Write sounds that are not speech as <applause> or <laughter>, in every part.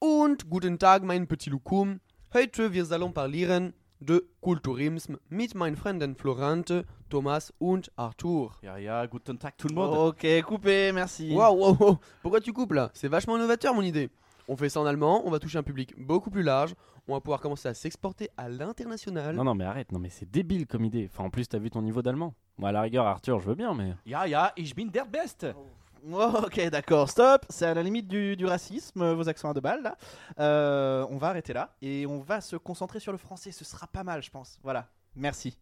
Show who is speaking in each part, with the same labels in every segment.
Speaker 1: und guten Tag, mein petit Lukum. Heute wir allons parlieren de Kulturisme mit meinen Freunden Florente, Thomas und Arthur.
Speaker 2: Ya ya, guten Tag tout le monde.
Speaker 3: Oh.
Speaker 4: Ok, coupé, merci.
Speaker 1: Waouh, wow, wow. pourquoi tu coupes là C'est vachement novateur mon idée. On fait ça en allemand, on va toucher un public beaucoup plus large, on va pouvoir commencer à s'exporter à l'international.
Speaker 5: Non, non, mais arrête, non, mais c'est débile comme idée. Enfin, en plus, t'as vu ton niveau d'allemand. Moi, à la rigueur, Arthur, je veux bien, mais.
Speaker 2: Ya ya, ich bin der Best.
Speaker 4: Ok, d'accord, stop. C'est à la limite du, du racisme, euh, vos accents à deux balles là. Euh, on va arrêter là et on va se concentrer sur le français. Ce sera pas mal, je pense. Voilà, merci.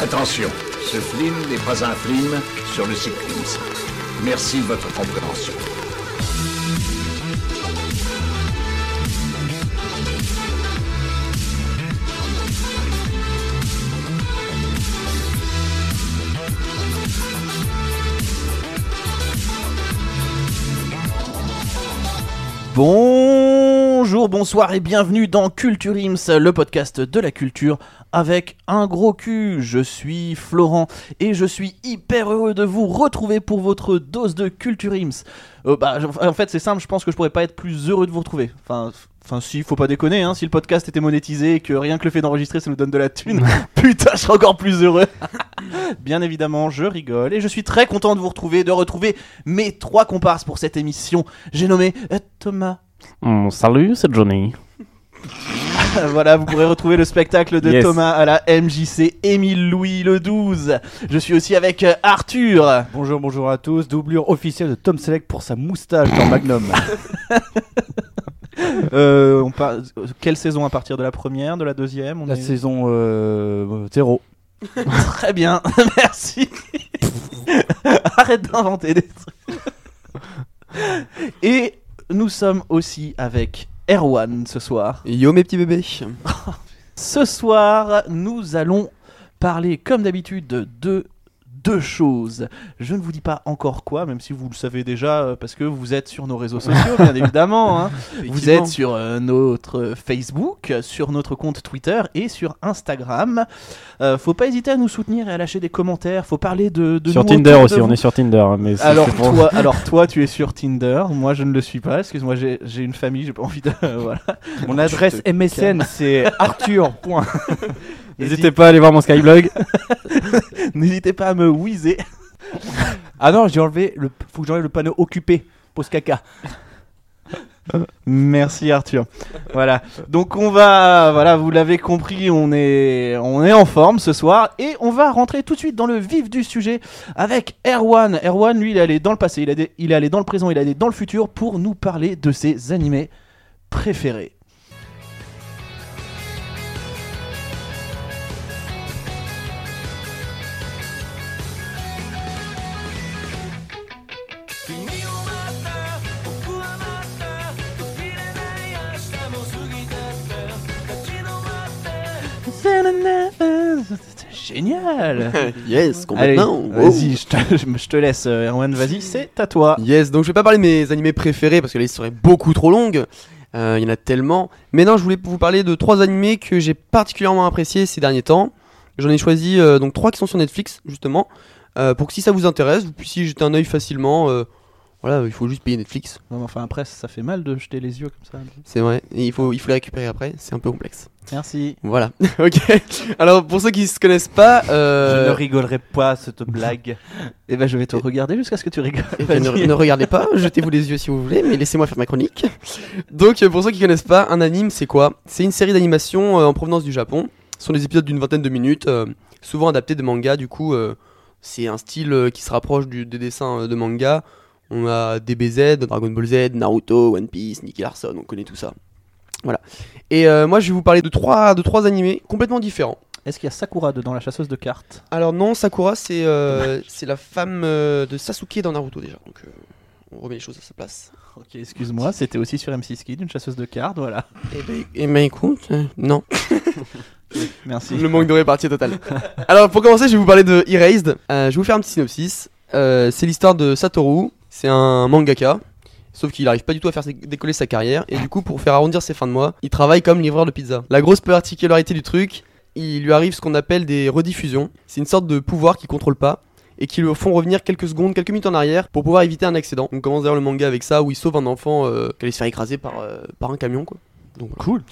Speaker 6: Attention, ce film n'est pas un film sur le cyclisme. Merci de votre compréhension.
Speaker 4: Bonjour, bonsoir et bienvenue dans Culture Ims, le podcast de la culture avec un gros cul. Je suis Florent et je suis hyper heureux de vous retrouver pour votre dose de Culture Ims. Euh, bah, je- en fait, c'est simple, je pense que je pourrais pas être plus heureux de vous retrouver. Enfin, f- enfin si, faut pas déconner, hein, si le podcast était monétisé et que rien que le fait d'enregistrer ça nous donne de la thune, putain, je serais encore plus heureux. <laughs> Bien évidemment, je rigole et je suis très content de vous retrouver, de retrouver mes trois comparses pour cette émission. J'ai nommé euh, Thomas. <laughs>
Speaker 5: Hmm, salut, c'est Johnny.
Speaker 4: voilà, vous pourrez retrouver le spectacle de
Speaker 5: Yes.
Speaker 4: Thomas à la MJC Émile Louis le 12. Je suis aussi avec euh, Arthur.
Speaker 3: Bonjour, bonjour à tous. Doublure officielle de Tom Selleck pour sa moustache dans Magnum.
Speaker 4: Euh, on par- euh, Quelle saison à partir de la première, de la deuxième on
Speaker 3: La
Speaker 4: est-
Speaker 3: saison euh, 0.
Speaker 4: Très bien, <laughs> merci. Arrête d'inventer des trucs. Et nous sommes aussi avec Erwan ce soir.
Speaker 1: Yo mes petits bébés.
Speaker 4: Ce soir, nous allons parler, comme d'habitude, de deux choses. Je ne vous dis pas encore quoi, même si vous le savez déjà, euh, parce que vous êtes sur nos réseaux sociaux, bien évidemment. hein. Vous êtes sur euh, notre Facebook, euh, sur notre compte Twitter et sur Instagram. Euh, faut pas hésiter à nous soutenir et à lâcher des commentaires. Faut parler de, de
Speaker 5: sur
Speaker 4: nous
Speaker 5: Tinder
Speaker 4: autour de
Speaker 5: aussi,
Speaker 4: vous.
Speaker 5: on est sur Tinder. hein, Mais c'est-
Speaker 4: Alors
Speaker 5: c'est pour- <laughs>
Speaker 4: toi, alors toi, tu es sur Tinder. Moi, je ne le suis pas. Excuse-moi, j'ai j'ai une famille, j'ai pas envie de. <laughs> voilà.
Speaker 3: Mon adresse MSN, c'est Arthur. Point.
Speaker 5: N'hésitez pas à aller voir mon <laughs> Skyblog.
Speaker 4: N'hésitez pas à me whizzer.
Speaker 3: <laughs> Ah non, j'ai enlevé le. Faut que j'enlève le panneau occupé. Pose caca.
Speaker 4: <laughs> Merci Arthur. voilà. Donc on va, voilà, vous l'avez compris, on est, on est en forme ce soir et on va rentrer tout de suite dans le vif du sujet avec Erwan. Erwan, lui, il est allé dans le passé, il est allé, il est allé dans le présent, il est allé dans le futur pour nous parler de ses animés préférés. <laughs> C'est Génial.
Speaker 1: yes,
Speaker 4: Allez,
Speaker 1: complètement. Wow.
Speaker 4: vas-y, je te, <laughs> je te laisse, euh, Erwan. Vas-y, c'est à toi.
Speaker 1: Yes, donc je vais pas parler de mes animés préférés parce que la liste serait beaucoup trop longue. Euh, Il y en a tellement. Mais non, je voulais vous parler de trois animés que j'ai particulièrement appréciés ces derniers temps. J'en ai choisi euh, donc trois qui sont sur Netflix justement euh, pour que si ça vous intéresse, vous puissiez jeter un œil facilement. euh, voilà, il faut juste payer Netflix,
Speaker 4: Non, mais enfin après, ça fait mal de jeter les yeux comme ça.
Speaker 1: c'est vrai. Et il faut il faut les récupérer après, c'est un peu complexe.
Speaker 4: Merci.
Speaker 1: Voilà. <laughs> ok. Alors pour ceux qui se connaissent pas, euh,
Speaker 3: Je ne rigolerai pas à
Speaker 4: <laughs>
Speaker 3: cette blague.
Speaker 4: Et ben, je vais te regarder jusqu'à ce que tu rigoles.
Speaker 1: <laughs> Eh bien,
Speaker 4: Vas-y.
Speaker 1: ne, ne regardez pas, jetez-vous les yeux si vous voulez, mais laissez-moi faire ma chronique. Donc, euh, pour ceux qui connaissent pas, un anime, c'est quoi C'est une série d'animation euh, en provenance du Japon. Ce sont des épisodes d'une vingtaine de minutes, euh, souvent adaptés de manga. Du coup, euh, c'est un style euh, qui se rapproche du, des dessins euh, de manga. On a DBZ, Dragon Ball Z, Naruto, One Piece, Nicky Larson, on connaît tout ça. Voilà. Et euh, moi, je vais vous parler de trois, de trois animés complètement différents.
Speaker 4: <laughs> Est-ce qu'il y a Sakura dedans, la chasseuse de cartes
Speaker 1: Alors non, Sakura, c'est euh, c'est la femme euh, de Sasuke dans Naruto déjà. Donc euh, on remet les choses à sa place.
Speaker 4: Ok, excuse-moi, c'était aussi sur M6 Kid, une chasseuse de cartes, voilà.
Speaker 1: Eh ben, eh ben, écoute, euh, non.
Speaker 4: Merci.
Speaker 1: Le manque de répartie total. Alors pour commencer, je vais vous parler de Erased. Euh, je vais vous faire un petit synopsis. Euh, c'est l'histoire de Satoru. C'est un mangaka. Sauf qu'il n'arrive pas du tout à faire sé- décoller sa carrière. Et du coup, pour faire arrondir ses fins de mois, il travaille comme livreur de pizza. La grosse particularité du truc, il lui arrive ce qu'on appelle des rediffusions. C'est une sorte de pouvoir qu'il contrôle pas. et qui le font revenir quelques secondes, quelques minutes en arrière pour pouvoir éviter un accident. On commence d'ailleurs le manga avec ça où il sauve un enfant euh, qui allait se faire écraser par, euh, par un camion quoi. Donc, Cool.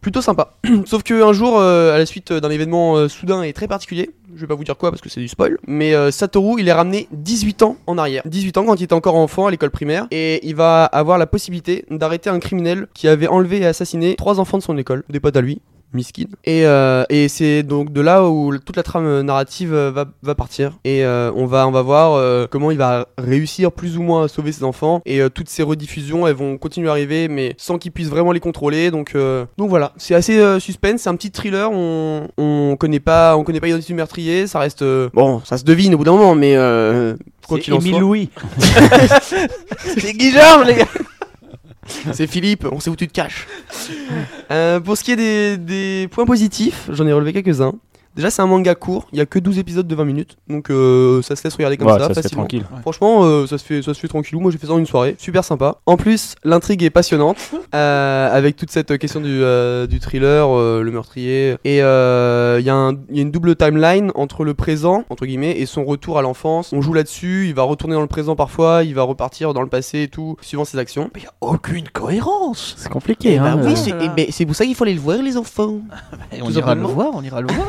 Speaker 1: Plutôt sympa. Sauf que un jour, euh, à la suite d'un événement euh, soudain et très particulier, je vais pas vous dire quoi parce que c'est du spoil, mais euh, Satoru il est ramené 18 ans en arrière. 18 ans quand il était encore enfant à l'école primaire et il va avoir la possibilité d'arrêter un criminel qui avait enlevé et assassiné trois enfants de son école, des potes à lui. Miskin. Et, euh, et c'est donc de là où toute la trame euh, narrative euh, va, va partir. Et euh, on, va, on va voir euh, comment il va réussir plus ou moins à sauver ses enfants. Et euh, toutes ces rediffusions, elles vont continuer à arriver, mais sans qu'il puisse vraiment les contrôler. Donc, euh, donc voilà, c'est assez euh, suspense, c'est un petit thriller. On, on connaît pas, on connaît pas l'identité du meurtrier. Ça reste euh, bon, ça se devine au bout d'un moment, mais euh, quoi qu'il en soit,
Speaker 3: Louis.
Speaker 4: Ah,
Speaker 1: c'est Guy Georges, les gars C'est Philippe, on sait où tu te caches. Euh, pour ce qui est des, des points positifs, j'en ai relevé quelques-uns. Déjà, c'est un manga court, il y a que 12 épisodes de 20 minutes, donc euh, ça se laisse regarder comme
Speaker 5: Ouais,
Speaker 1: ça,
Speaker 5: ça se fait
Speaker 1: facilement.
Speaker 5: tranquille.
Speaker 1: Franchement, euh, ça, se fait, ça se fait tranquillou. Moi, j'ai fait ça en une soirée. Super sympa. En plus, l'intrigue est
Speaker 5: <laughs>
Speaker 1: passionnante. euh, avec toute cette question du, euh, du thriller, euh, le meurtrier. Et euh, il y, a un- il y a une double timeline entre le présent, entre guillemets, et son retour à l'enfance. On joue là-dessus. Il va retourner dans le présent parfois. Il va repartir dans le passé et tout, suivant ses actions.
Speaker 4: Mais y a aucune cohérence.
Speaker 5: C'est compliqué,
Speaker 4: bah
Speaker 5: hein.
Speaker 4: oui,
Speaker 5: euh.
Speaker 4: c'est- eh ben,
Speaker 1: pour ça qu'il faut aller le voir, les enfants.
Speaker 4: Et on
Speaker 1: Tout
Speaker 4: ira le
Speaker 1: simplement.
Speaker 4: voir, on ira le <laughs> voir.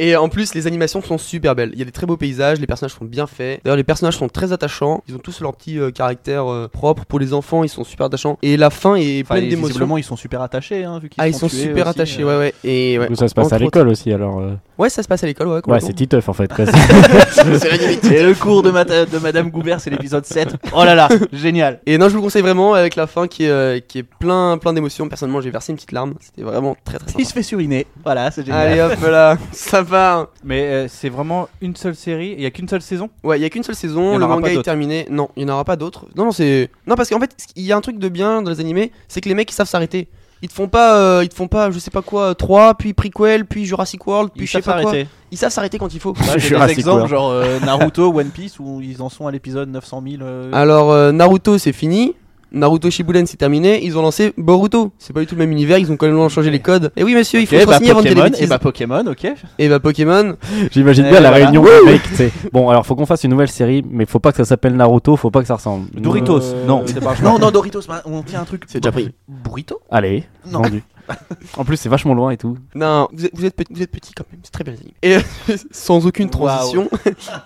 Speaker 1: Et en plus, les animations sont super belles. Il y a des très beaux paysages, les personnages sont bien faits. D'ailleurs, les personnages sont très attachants. Ils ont tous leur petit euh, caractère euh, propre. Pour les enfants, ils sont super attachants. Et la fin est
Speaker 3: Enfin,
Speaker 1: pleine
Speaker 3: et
Speaker 1: d'émotions.
Speaker 3: visiblement, ils sont super attachés, hein, vu qu'ils
Speaker 1: Ah, ils
Speaker 3: se
Speaker 1: sont
Speaker 3: tués
Speaker 1: super
Speaker 3: aussi,
Speaker 1: attachés,
Speaker 3: euh.
Speaker 1: ouais, ouais. Et ouais.
Speaker 5: Ou ça se passe à
Speaker 1: Entre
Speaker 5: l'école aussi, alors. euh.
Speaker 1: Ouais, ça se passe à l'école, ouais.
Speaker 5: Ouais,
Speaker 1: complètement.
Speaker 5: c'est Titeuf en <laughs> fait. quoi.
Speaker 1: C'est la limite.
Speaker 4: Et le cours de, mata- de Madame Goubert, c'est l'épisode 7. Oh là là, génial.
Speaker 1: Et non, je vous le conseille vraiment avec la fin qui est, euh, qui est plein, plein d'émotions. Personnellement, j'ai versé une petite larme. C'était vraiment très, très
Speaker 4: Il
Speaker 1: sympa.
Speaker 4: se fait suriner. Voilà, c'est génial.
Speaker 1: Allez hop là, ça part.
Speaker 3: Mais euh, c'est vraiment une seule série, il y a qu'une seule saison.
Speaker 1: Ouais, il y a qu'une seule
Speaker 3: Il y
Speaker 1: saison,
Speaker 3: en
Speaker 1: le
Speaker 3: aura pas
Speaker 1: manga est
Speaker 3: d'autres.
Speaker 1: terminé. Non, il n'y en aura pas d'autres. Non, non, c'est. Non, parce qu'en fait, ce qui- il y a un truc de bien dans les animés, c'est que les mecs ils savent s'arrêter. Ils te font pas, euh, ils te font pas, je sais pas quoi, 3, puis prequel, puis Jurassic World, puis
Speaker 3: Ils
Speaker 1: je sais
Speaker 3: savent
Speaker 1: pas quoi.
Speaker 3: s'arrêter.
Speaker 1: Ils savent s'arrêter quand il faut.
Speaker 4: Bah,
Speaker 3: Ouais, J'ai des
Speaker 5: Jurassic
Speaker 3: exemples
Speaker 5: World.
Speaker 3: genre euh, Naruto, One Piece où ils en sont à l'épisode 900 000. euh,
Speaker 1: Alors euh, Naruto c'est fini. Naruto Shippuden c'est terminé, ils ont lancé Boruto. C'est pas du tout le même univers, ils ont quand même changé les codes. Et oui monsieur, il faut
Speaker 3: ok,
Speaker 1: se
Speaker 3: bah,
Speaker 1: renseigner avant de dire des
Speaker 3: Pokémon, et
Speaker 1: bêtises.
Speaker 3: bah Pokémon, ok.
Speaker 1: Et bah Pokémon,
Speaker 5: J'imagine
Speaker 3: Eh,
Speaker 5: bien la
Speaker 3: voilà.
Speaker 5: réunion des mecs. tu sais. Bon, alors faut qu'on fasse une nouvelle série, mais faut pas que ça s'appelle Naruto, faut pas que ça ressemble.
Speaker 3: Doritos,
Speaker 5: Euh,
Speaker 3: non.
Speaker 4: Non, non, Doritos, bah, on tient un truc.
Speaker 1: C'est déjà pris.
Speaker 4: Burrito
Speaker 5: Allez,
Speaker 4: Non.
Speaker 5: vendu. En plus, c'est vachement loin et tout.
Speaker 1: Non, vous êtes, vous êtes petit, vous êtes petit quand même, c'est très bien les animés. Et euh, sans aucune <laughs> transition,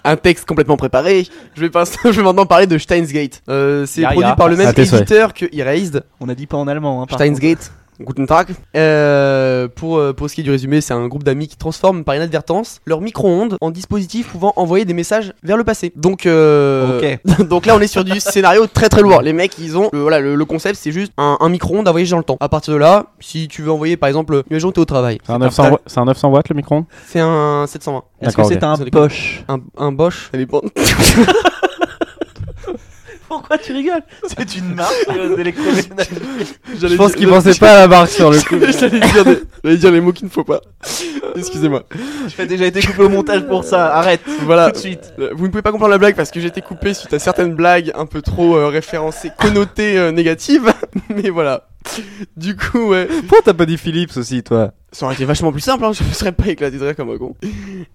Speaker 1: un texte complètement préparé, je vais, pas, <laughs> je vais maintenant parler de Steins Gate. Euh, c'est
Speaker 3: Ya,
Speaker 1: produit
Speaker 3: ya.
Speaker 1: par le même
Speaker 5: Ah, t'es souhait.
Speaker 1: éditeur que Erased,
Speaker 3: On a dit pas en allemand. Hein, par
Speaker 1: Steins
Speaker 3: contre.
Speaker 1: Gate. Guten Tag. Euh, pour, euh, pour ce qui est du résumé, c'est un groupe d'amis qui transforment par inadvertance leur micro-ondes en dispositif pouvant envoyer des messages vers le passé. Donc, euh, <laughs> donc là, on est sur du scénario très très lourd. Les mecs, ils ont le, voilà, le, le concept, c'est juste un, un micro-ondes à voyager dans le temps. À partir de là, si tu veux envoyer par exemple, imaginons que t'es au travail,
Speaker 5: C'est un 900 wa- c'est un 900 watts le micro
Speaker 1: c'est un 720.
Speaker 3: Est-ce que
Speaker 5: D'accord,
Speaker 3: c'est
Speaker 5: ok.
Speaker 3: un
Speaker 1: Ça déconne.
Speaker 3: poche
Speaker 1: Un, un Bosch Ça <laughs> dépend.
Speaker 4: Pourquoi tu rigoles C'est une marque euh, d'électroménager.
Speaker 1: Je
Speaker 5: pas à la barre <laughs> sur le coup.
Speaker 1: <laughs> J'allais dire, des- j'allais dire les mots qu'il ne faut pas. Excusez-moi.
Speaker 4: J'ai déjà été coupé au montage pour ça. Arrête.
Speaker 1: Voilà.
Speaker 4: Tout de suite.
Speaker 1: Euh, Vous ne pouvez pas comprendre la blague parce que j'ai été coupé suite à certaines blagues un peu trop euh, référencées, connotées euh, négatives. <laughs> Mais voilà. Du coup, ouais.
Speaker 5: Pourquoi t'as pas dit Philips aussi, toi
Speaker 1: Ça aurait été vachement plus simple, hein, <laughs> je me serais pas éclaté de rire comme un con.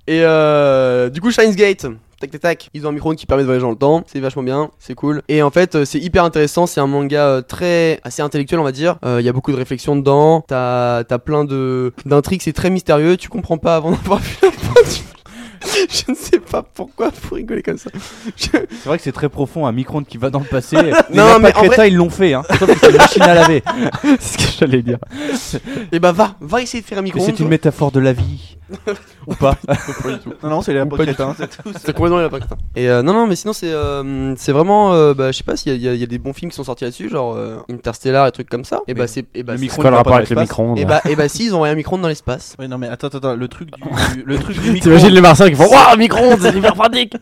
Speaker 1: Et euh, du coup, Shine's Gate. Tac tac tac, ils ont un micro qui permet de voyager dans le temps, c'est vachement bien, c'est cool. Et en fait, euh, c'est hyper intéressant, c'est un manga euh, très assez intellectuel, on va dire. Euh, Il y a beaucoup de réflexions dedans, t'as as plein de d'intrigues, c'est très mystérieux, tu comprends pas avant d'avoir vu la fin du- <laughs> Je ne sais pas pourquoi faut rigoler comme ça. Je-
Speaker 3: C'est vrai que c'est très profond, un micro-ondes qui va dans le passé.
Speaker 1: Non,
Speaker 3: non,
Speaker 1: mais
Speaker 3: mais
Speaker 1: en vrai-
Speaker 3: ils l'ont fait. Hein. Sauf que c'est une machine à laver.
Speaker 5: C'est ce que j'allais dire.
Speaker 1: Et bah va, va essayer de faire un
Speaker 3: Mais
Speaker 1: micro.
Speaker 3: c'est une métaphore de la vie. Ou pas
Speaker 4: Non, non, c'est la
Speaker 1: pas du
Speaker 4: pochette. hein.
Speaker 1: C'est complètement l'impact. Et euh, non, non, mais sinon, c'est euh, c'est vraiment. euh, bah, je sais pas s'il y, a- il y a- il y a des bons films qui sont sortis là-dessus, genre euh, Interstellar et trucs comme ça. Et bah,
Speaker 3: Mais
Speaker 1: c'est. Et bah,
Speaker 3: le
Speaker 1: c'est-
Speaker 3: micro-
Speaker 5: C'est quoi le
Speaker 3: On va pas
Speaker 5: rapport
Speaker 3: dans
Speaker 5: avec le
Speaker 3: l'espace.
Speaker 5: micro
Speaker 1: et bah, et bah, si, ils ont envoyé un micro dans
Speaker 4: <laughs>
Speaker 1: l'espace.
Speaker 4: Oui, non, mais attends, attends, attends, le truc du, le truc du micro,
Speaker 5: T'imagines les martiens qui font Waouh, <laughs> micro-ondes, c'est hyper pratique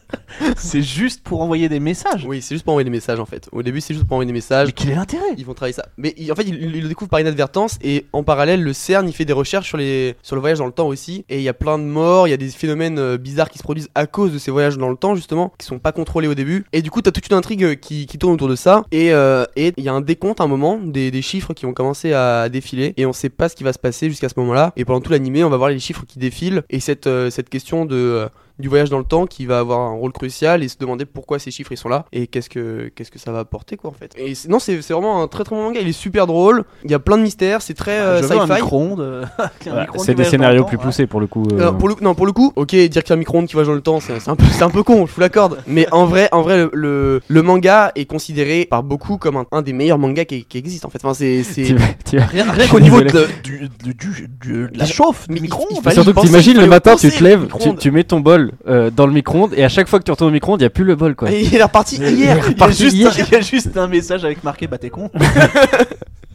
Speaker 4: c'est juste pour envoyer des messages.
Speaker 1: Oui, c'est juste pour envoyer des messages en fait. Au début, c'est juste pour envoyer des messages.
Speaker 4: Mais quel est l'intérêt
Speaker 1: Ils vont travailler ça. Mais il- en fait, ils ils le découvrent par inadvertance. Et en parallèle, le CERN, il fait des recherches sur, les, sur le voyage dans le temps aussi. Et il y a plein de morts, il y a des phénomènes euh, bizarres qui se produisent à cause de ces voyages dans le temps, justement, qui sont pas contrôlés au début. Et du coup, t'as toute une intrigue euh, qui, qui tourne autour de ça. Et euh, et il y a un décompte à un moment, des, des chiffres qui vont commencer à défiler. Et on sait pas ce qui va se passer jusqu'à ce moment-là. Et pendant tout l'animé, on va voir les chiffres qui défilent. Et cette, euh, cette question de. euh, du voyage dans le temps qui va avoir un rôle crucial et se demander pourquoi ces chiffres ils sont là et qu'est-ce que qu'est-ce que ça va apporter quoi en fait. Et c'est- non, c'est c'est vraiment un très très bon manga, il est super drôle, il y a plein de mystères, c'est très
Speaker 5: Ah,
Speaker 1: euh,
Speaker 4: Je veux un
Speaker 1: sci-fi.
Speaker 4: micro-ondes. euh, avec un
Speaker 5: Voilà,
Speaker 4: micro-ondes
Speaker 5: c'est
Speaker 4: qui voyage
Speaker 5: des
Speaker 4: dans le
Speaker 5: scénarios
Speaker 4: temps,
Speaker 5: plus
Speaker 4: ouais.
Speaker 5: poussés pour le coup. euh,
Speaker 1: Alors, pour le, non, pour le coup, ok, dire qu'il y a un micro-ondes qui va dans le temps, c'est c'est un, peu- c'est un peu con, je vous l'accorde. Mais en vrai, en vrai le, le, le manga est considéré par beaucoup comme un, un des meilleurs mangas qui, qui existe en fait. Enfin, c'est. c'est-
Speaker 5: tu- tu-
Speaker 4: Rien, rien
Speaker 5: Je
Speaker 4: qu'au
Speaker 5: suis
Speaker 4: niveau de,
Speaker 5: désolé.
Speaker 4: du- du- du- du- de la chauffe,
Speaker 1: Mais
Speaker 4: du
Speaker 1: il-
Speaker 4: micro-ondes.
Speaker 1: Oh, bah, il fallait-
Speaker 5: Surtout que
Speaker 1: penser qu'il
Speaker 5: t'imagines le
Speaker 1: fallait
Speaker 5: matin, tu
Speaker 1: penser
Speaker 5: te lèves,
Speaker 1: au
Speaker 5: tu,
Speaker 1: micro-ondes.
Speaker 5: tu mets ton bol euh, dans le micro-ondes et à chaque fois que tu retournes au micro-ondes, il n'y a plus le bol quoi.
Speaker 1: Et il est reparti hier!
Speaker 4: Il y, a
Speaker 5: Parti
Speaker 4: juste
Speaker 5: hier.
Speaker 4: un, il y a juste un message avec marqué bah t'es con.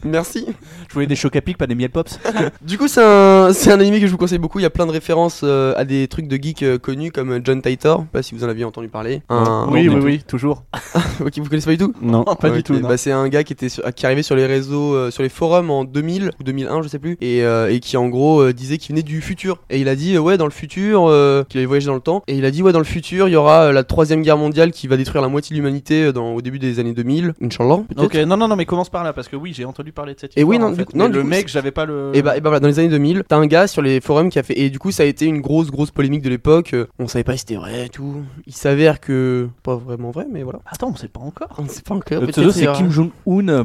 Speaker 1: Merci!
Speaker 3: Je voulais des chocs à pic, pas des miel pops.
Speaker 1: Du coup, c'est un, c'est un animé que je vous conseille beaucoup. Il y a plein de références euh, à des trucs de geek euh, connus comme euh, John Titor. Je sais pas si vous en aviez entendu parler. Un-
Speaker 5: Oui, oui,
Speaker 3: toujours.
Speaker 1: <laughs> Ok, vous connaissez <laughs> pas du tout
Speaker 5: Non.
Speaker 3: pas
Speaker 1: Ok,
Speaker 3: du tout. non.
Speaker 1: Bah, c'est un gars qui était sur- qui arrivait sur les réseaux, euh, sur les forums en 2000 ou 2001, je sais plus, et, euh, et qui en gros euh, disait qu'il venait du futur. Et il a dit euh, ouais dans le futur, euh, qu'il avait voyagé dans le temps. Et il a dit ouais dans le futur, il y aura euh, la troisième guerre mondiale qui va détruire la moitié de l'humanité euh, dans- au début des années 2000. Inch'Allah. peut-être.
Speaker 4: Ok, non, non, non, mais commence par là parce que oui, j'ai entendu parler de cette
Speaker 1: Et
Speaker 4: histoire.
Speaker 1: oui, non,
Speaker 4: en
Speaker 1: du
Speaker 4: fait,
Speaker 1: coup- non,
Speaker 4: mais
Speaker 1: du
Speaker 4: le
Speaker 1: coup,
Speaker 4: mec, j'avais pas le.
Speaker 1: Et bah, et bah voilà, dans les années 2000, t'as un gars sur les forums qui a fait. Et du coup, ça a été une grosse, grosse polémique de l'époque. euh, On savait pas si c'était vrai et tout. Il s'avère que. Pas vraiment vrai, mais voilà.
Speaker 4: Attends, on sait pas encore.
Speaker 1: On ne sait pas encore.
Speaker 3: Le
Speaker 1: peut-être
Speaker 3: pseudo
Speaker 1: il y
Speaker 3: c'est
Speaker 1: aura-
Speaker 3: Kim Jong-un.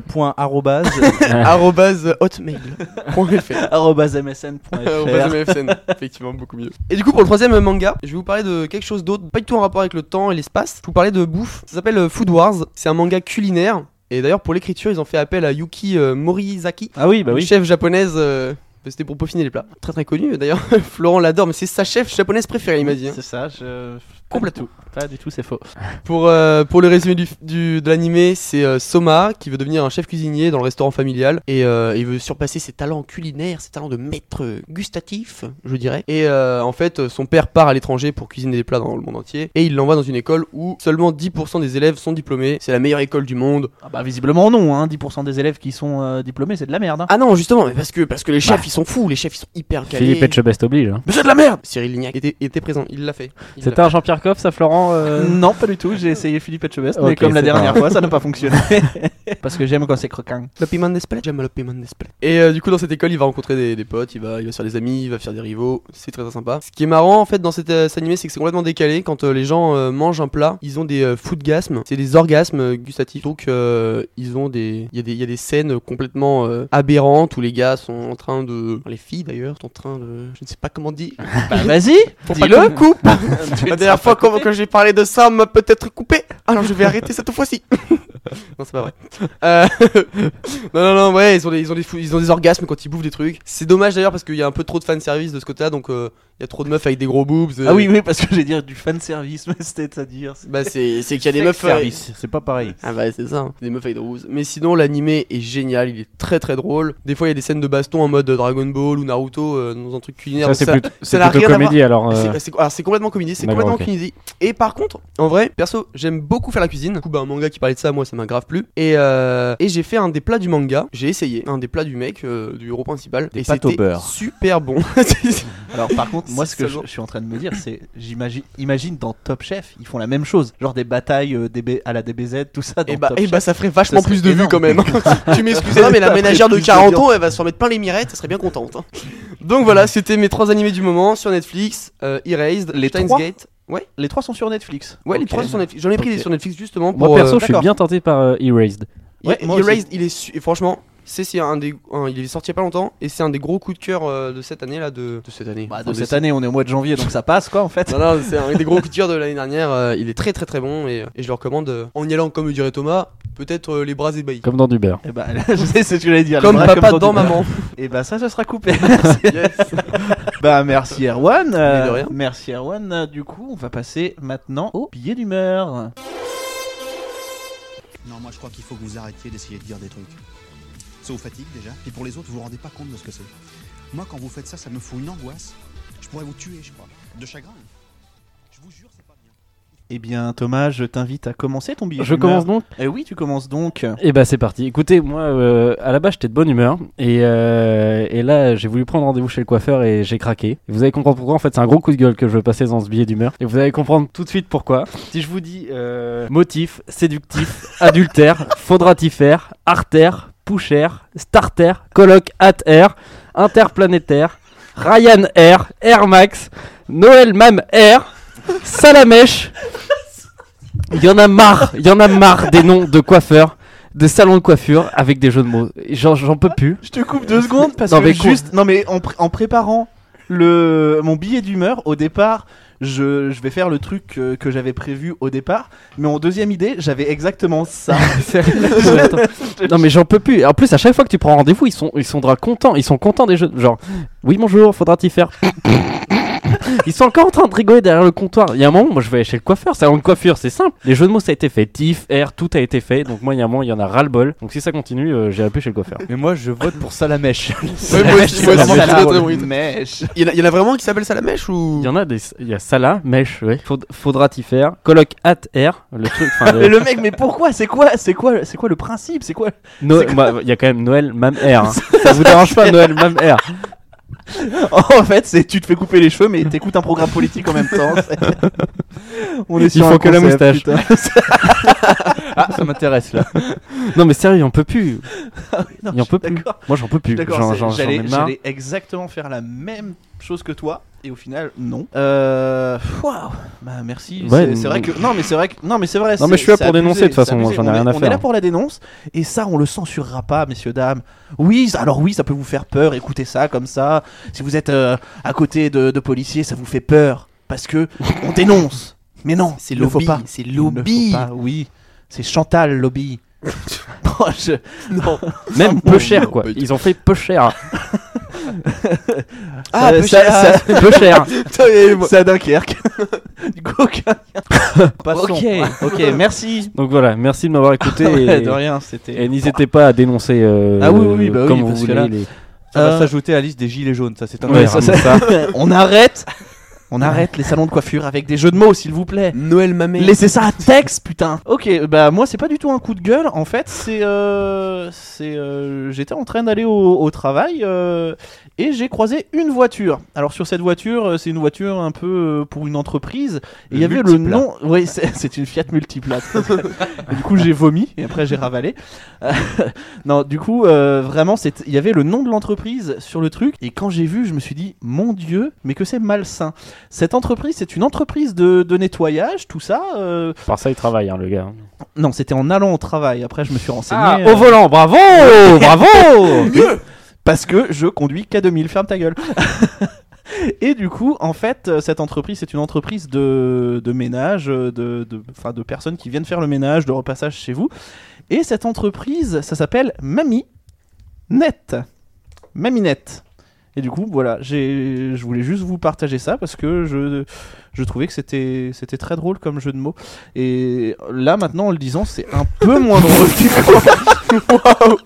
Speaker 3: point arrobase.
Speaker 1: Arrobase hotmail.fr.
Speaker 4: Arrobase msn.fr.
Speaker 1: Arrobase MFSN, effectivement beaucoup mieux. Et du coup pour le troisième euh, manga, je vais vous parler de quelque chose d'autre, pas du tout en rapport avec le temps et l'espace. Je vous parlais de bouffe. Ça s'appelle euh, Food Wars. C'est un manga culinaire. Et d'ailleurs pour l'écriture ils ont fait appel à Yuki euh, Morizaki,
Speaker 5: Ah oui, bah
Speaker 1: une
Speaker 5: oui.
Speaker 1: chef japonaise. euh, C'était pour peaufiner les plats. Très très connu d'ailleurs. <laughs> Florent l'adore, mais c'est sa chef japonaise préférée, il m'a dit. hein.
Speaker 4: C'est ça, je.
Speaker 1: Complètement.
Speaker 4: Pas du tout, c'est faux.
Speaker 1: Pour, euh, pour le résumé du, du- de l'animé, c'est euh, Soma qui veut devenir un chef cuisinier dans le restaurant familial et euh, il veut surpasser ses talents culinaires, ses talents de maître gustatif, je dirais. Et euh, en fait, euh, son père part à l'étranger pour cuisiner des plats dans le monde entier et il l'envoie dans une école où seulement 10% des élèves sont diplômés. C'est la meilleure école du monde.
Speaker 4: Ah bah, visiblement, non, hein. 10% des élèves qui sont euh, diplômés, c'est de la merde. hein.
Speaker 1: Ah non, justement, mais parce que, parce que les chefs ils sont fous, les chefs ils sont hyper calés.
Speaker 5: Philippe Etchebest oblige. hein.
Speaker 4: Mais c'est de la merde
Speaker 1: Cyril Lignac était, était présent, il l'a fait. Il l'a
Speaker 5: C'était un Jean-Pierre Coff, ça, Florent euh,
Speaker 4: Non, pas du tout, j'ai essayé Philippe Etchebest, mais
Speaker 5: Ok,
Speaker 4: comme la
Speaker 5: c'est
Speaker 4: dernière
Speaker 5: pas-
Speaker 4: fois, ça n'a pas fonctionné. Parce que j'aime quand c'est croquant.
Speaker 1: Le piment d'Espelette, j'aime le piment d'Espelette. Et euh, du coup, dans cette école, il va rencontrer des, des potes, il va, il va se faire des amis, il va faire des rivaux. C'est très, très sympa. Ce qui est marrant en fait dans cet, euh, cet animé, c'est que c'est complètement décalé. Quand euh, les gens euh, mangent un plat, ils ont des euh, foodgasmes, c'est des orgasmes euh, gustatifs. Donc, euh, ils ont des, il y, a des- il y a des scènes complètement euh, aberrantes où les gars sont en train de, les filles d'ailleurs, sont en train de, je ne sais pas comment dire.
Speaker 4: Bah, vas-y,
Speaker 1: Faut pas qu'on
Speaker 4: dis-le
Speaker 1: me coupe. <laughs> La dernière fois qu'on- que j'ai parlé de ça, on m'a peut-être coupé. Alors je vais arrêter cette fois-ci. non, c'est pas vrai. Euh, <laughs> non, non, non, ouais, ils ont, des, ils, ont des fou- ils ont des orgasmes quand ils bouffent des trucs. C'est dommage d'ailleurs parce qu'il y a un peu trop de fanservice de ce côté-là, donc euh, il y a trop de meufs avec des gros boobs. euh,
Speaker 4: Ah oui, oui, parce que j'ai dire du fanservice, mais c'est-à-dire. c'est-
Speaker 1: Bah, c'est c'est qu'il y a des
Speaker 4: Fake
Speaker 1: meufs. euh,
Speaker 3: Service, c'est pas pareil.
Speaker 1: ah bah c'est ça, des meufs avec des roues. Mais sinon l'animé est génial, il est très très drôle. Des fois il y a des scènes de baston en mode Dragon Ball ou Naruto euh, dans un truc culinaire.
Speaker 5: Ça,
Speaker 1: donc
Speaker 5: c'est
Speaker 1: ça-
Speaker 5: plutôt, c'est
Speaker 1: n'a
Speaker 5: plutôt
Speaker 1: rien à
Speaker 5: comédie alors. euh,
Speaker 1: C'est- ah, c'est- alors, c'est complètement comédie, c'est
Speaker 5: D'accord,
Speaker 1: complètement
Speaker 5: ok.
Speaker 1: comédie. Et par contre, en vrai, perso, j'aime beaucoup faire la cuisine. Du coup, bah, un manga qui parlait de ça, moi, ça m'a grave plu. Et, euh, et j'ai fait un des plats du manga. J'ai essayé un des plats du mec, euh, du héros principal.
Speaker 3: Des
Speaker 1: et
Speaker 3: pâtes au
Speaker 1: c'était
Speaker 3: beurre.
Speaker 1: super bon. <laughs>
Speaker 4: Alors par contre, moi
Speaker 1: C'est
Speaker 4: ce que je,
Speaker 1: seulement-
Speaker 4: je suis en train de me dire, c'est j'imagine, imagine dans Top Chef, ils font la même chose, genre des batailles euh, DB à la DBZ, tout ça. Dans
Speaker 1: et bah,
Speaker 4: Top
Speaker 1: et
Speaker 4: Chef.
Speaker 1: bah, ça ferait vachement
Speaker 4: serait
Speaker 1: plus de vues
Speaker 4: énorme.
Speaker 1: quand même. <laughs> tu m'excuses, non, mais la
Speaker 4: Ça ferait
Speaker 1: ménagère <laughs> de
Speaker 4: plus de
Speaker 1: 40
Speaker 4: viande.
Speaker 1: ans, elle va se remettre plein les mirettes, elle serait bien contente. hein. Donc voilà, c'était mes trois animés du moment sur Netflix euh, Erased,
Speaker 4: Les
Speaker 1: Steins
Speaker 4: trois
Speaker 1: Gate. Ouais,
Speaker 4: Les trois sont sur Netflix.
Speaker 1: ouais les
Speaker 4: Ok.
Speaker 1: trois sont sur Netflix. J'en ai pris
Speaker 4: Ok.
Speaker 1: des sur Netflix justement pour.
Speaker 5: Moi perso,
Speaker 1: euh,
Speaker 5: je suis
Speaker 4: d'accord.
Speaker 5: bien tenté par euh, Erased.
Speaker 4: Ouais,
Speaker 1: Il-
Speaker 4: moi aussi.
Speaker 1: Erased, il est su- et franchement, c'est c'est un des un- il est sorti il y a pas longtemps et c'est un des gros coups de cœur euh, de cette année là de, de cette année.
Speaker 4: Bah, de
Speaker 1: Enfin,
Speaker 4: cette année, on est au mois de janvier, donc ça passe quoi en fait.
Speaker 1: <laughs> Non, non, c'est un des gros coups de cœur de l'année dernière, euh, il est très très très bon et, et je le recommande euh, en y allant comme le dirait Thomas, peut-être euh, les bras ébahis.
Speaker 5: Comme dans du beurre.
Speaker 4: Et bah, <laughs> je sais c'est ce que j'allais dire.
Speaker 1: Comme,
Speaker 4: le bras
Speaker 1: papa
Speaker 4: ton
Speaker 1: dans
Speaker 4: doigt.
Speaker 1: maman.
Speaker 4: <laughs> Et bah ça, ça sera coupé. <laughs> Merci.
Speaker 1: Yes.
Speaker 4: bah merci Erwan. euh,
Speaker 1: Mais de rien. Oh.
Speaker 4: merci Erwan. Euh, Du coup, on va passer maintenant au billet d'humeur.
Speaker 7: Non, moi je crois qu'il faut que vous arrêtiez d'essayer de dire des trucs. Ça vous fatigue déjà, et pour les autres, vous vous rendez pas compte de ce que c'est. Moi, quand vous faites ça, ça me fout une angoisse. Je pourrais vous tuer, je crois. De chagrin. Je vous jure, c'est pas bien.
Speaker 4: Eh bien Thomas, je t'invite à commencer ton billet
Speaker 5: Je
Speaker 4: d'humeur.
Speaker 5: commence donc.
Speaker 4: Eh oui, tu commences donc.
Speaker 5: Et bah c'est parti. Écoutez, moi euh, à la base j'étais de bonne humeur hein, et, euh, et là j'ai voulu prendre rendez-vous chez le coiffeur et j'ai craqué. Vous allez comprendre pourquoi. En fait c'est un gros coup de gueule que je veux passer dans ce billet d'humeur et vous allez comprendre tout de suite pourquoi. Si je vous dis euh, motif, séductif, adultère, faudratifère, artère, pouchère, starter, colloque at air, interplanétaire, Ryan Air, Air Max, Noël Mam Air, Salamèche. Il y en a marre, il y en a marre des noms de coiffeurs, de salons de coiffure avec des jeux de mots. J'en j'en peux plus.
Speaker 4: Je te coupe
Speaker 1: Euh,
Speaker 4: deux secondes parce
Speaker 5: Non,
Speaker 4: que
Speaker 5: mais quoi
Speaker 4: juste, non mais en, pré- en préparant le mon billet d'humeur au départ, je, je vais faire le truc euh, que, que j'avais prévu au départ, mais en deuxième idée, j'avais
Speaker 1: <laughs>
Speaker 4: exactement ça.
Speaker 5: Attends. non mais j'en peux plus. En plus à chaque fois que tu prends rendez-vous, ils sont ils sont dra- contents, ils sont contents des jeux. Genre oui bonjour, faudra-t-il faire <laughs> Ils sont encore en train de rigoler derrière le comptoir. Il y a un moment, moi je vais aller chez le coiffeur, salon de coiffure, c'est simple. Les jeux de mots ça a été fait, tif, air, tout a été fait. Donc moi il y a un moment, il y en a ras le bol. Donc si ça continue, euh, j'irai plus chez le coiffeur.
Speaker 3: Mais moi, je vote pour Salamèche.
Speaker 1: Ouais, moi aussi, moi aussi, c'est très, très bon.
Speaker 4: Mèche.
Speaker 1: Il y en a- il y en a vraiment qui s'appelle ça la mèche ou
Speaker 5: Il y en a des il y a Salah, Mèche, ouais. Faud- faudra-t-il faire Colloque at air, le truc
Speaker 4: <laughs>
Speaker 5: enfin le-
Speaker 4: Mais le mec, mais pourquoi C'est quoi C'est quoi C'est quoi le principe C'est quoi
Speaker 5: No-
Speaker 4: c'est
Speaker 5: bah, il y a quand même Noël Mam Air. hein. Ça vous dérange pas Noël Mam Air
Speaker 4: <laughs> En fait, c'est tu te fais couper les cheveux, mais t'écoutes un programme politique en même temps.
Speaker 5: <laughs>
Speaker 4: C'est- On
Speaker 5: Il faut que la moustache.
Speaker 4: <laughs>
Speaker 3: Ah, ça m'intéresse là.
Speaker 5: Non mais sérieux, on peut plus.
Speaker 4: Non,
Speaker 5: Il en
Speaker 4: je
Speaker 5: peut
Speaker 4: suis
Speaker 5: plus.
Speaker 4: d'accord.
Speaker 5: Moi j'en peux plus.
Speaker 4: Je suis d'accord,
Speaker 5: J'en
Speaker 4: c'est-
Speaker 5: j'en- j'en ai
Speaker 4: j'allais,
Speaker 5: marre.
Speaker 4: j'allais exactement faire la même chose que toi et au final non. Euh, Waouh. Bah merci.
Speaker 5: Ouais,
Speaker 4: c'est,
Speaker 5: mais-
Speaker 4: c'est vrai que non mais c'est vrai que non mais c'est vrai.
Speaker 5: Non, mais
Speaker 4: c'est-
Speaker 5: je suis là
Speaker 4: c'est
Speaker 5: pour
Speaker 4: abusé,
Speaker 5: dénoncer, de toute
Speaker 4: c'est
Speaker 5: façon,
Speaker 4: abusé.
Speaker 5: j'en ai
Speaker 4: On
Speaker 5: rien
Speaker 4: est-
Speaker 5: à
Speaker 4: On est là
Speaker 5: faire.
Speaker 4: pour la dénonce et ça on le censurera pas messieurs dames. Oui ça- alors oui ça peut vous faire peur écoutez ça comme ça. Si vous êtes euh, à côté de, de policiers ça vous fait peur parce
Speaker 5: <laughs>
Speaker 4: que on dénonce. Mais non
Speaker 1: C'est
Speaker 4: il ne faut
Speaker 1: lobby,
Speaker 4: pas.
Speaker 1: c'est
Speaker 4: Il ne faut
Speaker 1: lobby.
Speaker 4: pas, Oui c'est Chantal
Speaker 1: <laughs>
Speaker 4: lobby. Oh, je-
Speaker 1: Non.
Speaker 5: Même peu cher
Speaker 1: non,
Speaker 5: quoi.
Speaker 1: pas du tout.
Speaker 5: Ils ont fait peu cher.
Speaker 4: Ah,
Speaker 5: Euh,
Speaker 4: peu
Speaker 5: ça-
Speaker 4: cher.
Speaker 5: ça- peu
Speaker 4: <laughs>
Speaker 5: cher.
Speaker 1: <laughs>
Speaker 4: C'est à Dunkerque. <laughs> du coup, aucun lien. Passons.
Speaker 3: Ok.
Speaker 4: <laughs> ok, merci.
Speaker 5: Donc voilà, merci de m'avoir écouté.
Speaker 4: Ouais,
Speaker 5: et-
Speaker 4: de rien,
Speaker 5: Et
Speaker 4: c'était.
Speaker 5: n'hésitez pas à dénoncer euh,
Speaker 4: Ah oui, oui, oui, bah oui,
Speaker 5: comme vous
Speaker 4: parce que
Speaker 5: voulez.
Speaker 4: là-
Speaker 5: les-
Speaker 3: Ça
Speaker 4: Euh,
Speaker 3: va s'ajouter à la liste des gilets jaunes, ça c'est un
Speaker 5: Ouais,
Speaker 3: erreur.
Speaker 5: ça,
Speaker 4: ça, <laughs> On arrête. On arrête les salons de coiffure avec des jeux de mots, s'il vous plaît.
Speaker 1: Noël Mamé.
Speaker 4: Laissez ça à texte, putain. Ok, bah moi c'est pas du tout un coup de gueule. En fait, c'est euh, c'est euh, j'étais en train d'aller au, au travail euh, et j'ai croisé une voiture. Alors sur cette voiture, euh, c'est une voiture un peu euh, pour une entreprise. Et il y
Speaker 3: Le
Speaker 4: avait le
Speaker 3: multiplat.
Speaker 4: nom. Oui, <laughs> c'est c'est une Fiat Multiplat. <laughs> Et du coup, j'ai vomi et après j'ai ravalé. <laughs> Euh, non, du coup, euh, vraiment, c'est- il y avait le nom de l'entreprise sur le truc. Et quand j'ai vu, je me suis dit, mon Dieu, mais que c'est malsain. Cette entreprise, c'est une entreprise de, de nettoyage, tout ça. euh,
Speaker 5: Par ça, ils travaillent, hein, le gars.
Speaker 4: Non, c'était en allant au travail. Après, je me suis renseigné.
Speaker 5: Ah,
Speaker 4: euh,
Speaker 5: au
Speaker 4: <laughs>
Speaker 5: volant, bravo, bravo.
Speaker 4: Parce que je conduis K2000, ferme ta gueule. Et du coup, en fait, euh, cette entreprise, c'est une entreprise de, de ménage, euh, de, de, enfin, de personnes qui viennent faire le ménage, de repassage chez vous. Et cette entreprise, ça s'appelle Mamie Net. Mamie Net. Et du coup, voilà, j'ai- je voulais juste vous partager ça parce que je, je trouvais que c'était c'était très drôle comme jeu de mots. Et là, maintenant, en le disant, c'est un peu moins drôle. <laughs> Waouh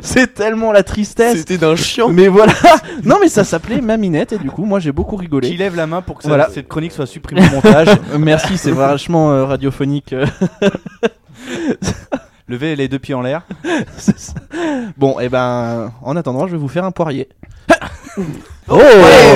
Speaker 4: C'est tellement la tristesse.
Speaker 1: C'était d'un chiant.
Speaker 4: Mais voilà <laughs> Non mais ça s'appelait Maminette et du coup moi j'ai beaucoup
Speaker 3: Qui
Speaker 4: rigolé.
Speaker 3: lève la main pour que ça-
Speaker 4: Voilà.
Speaker 3: cette chronique soit supprimée au montage
Speaker 4: Euh, Merci, c'est vachement euh, radiophonique. euh, <laughs>
Speaker 3: Levez les deux pieds en <laughs> l'air.
Speaker 4: c'est ça. bon, et ben en attendant, je vais vous faire un poirier.
Speaker 5: Oh,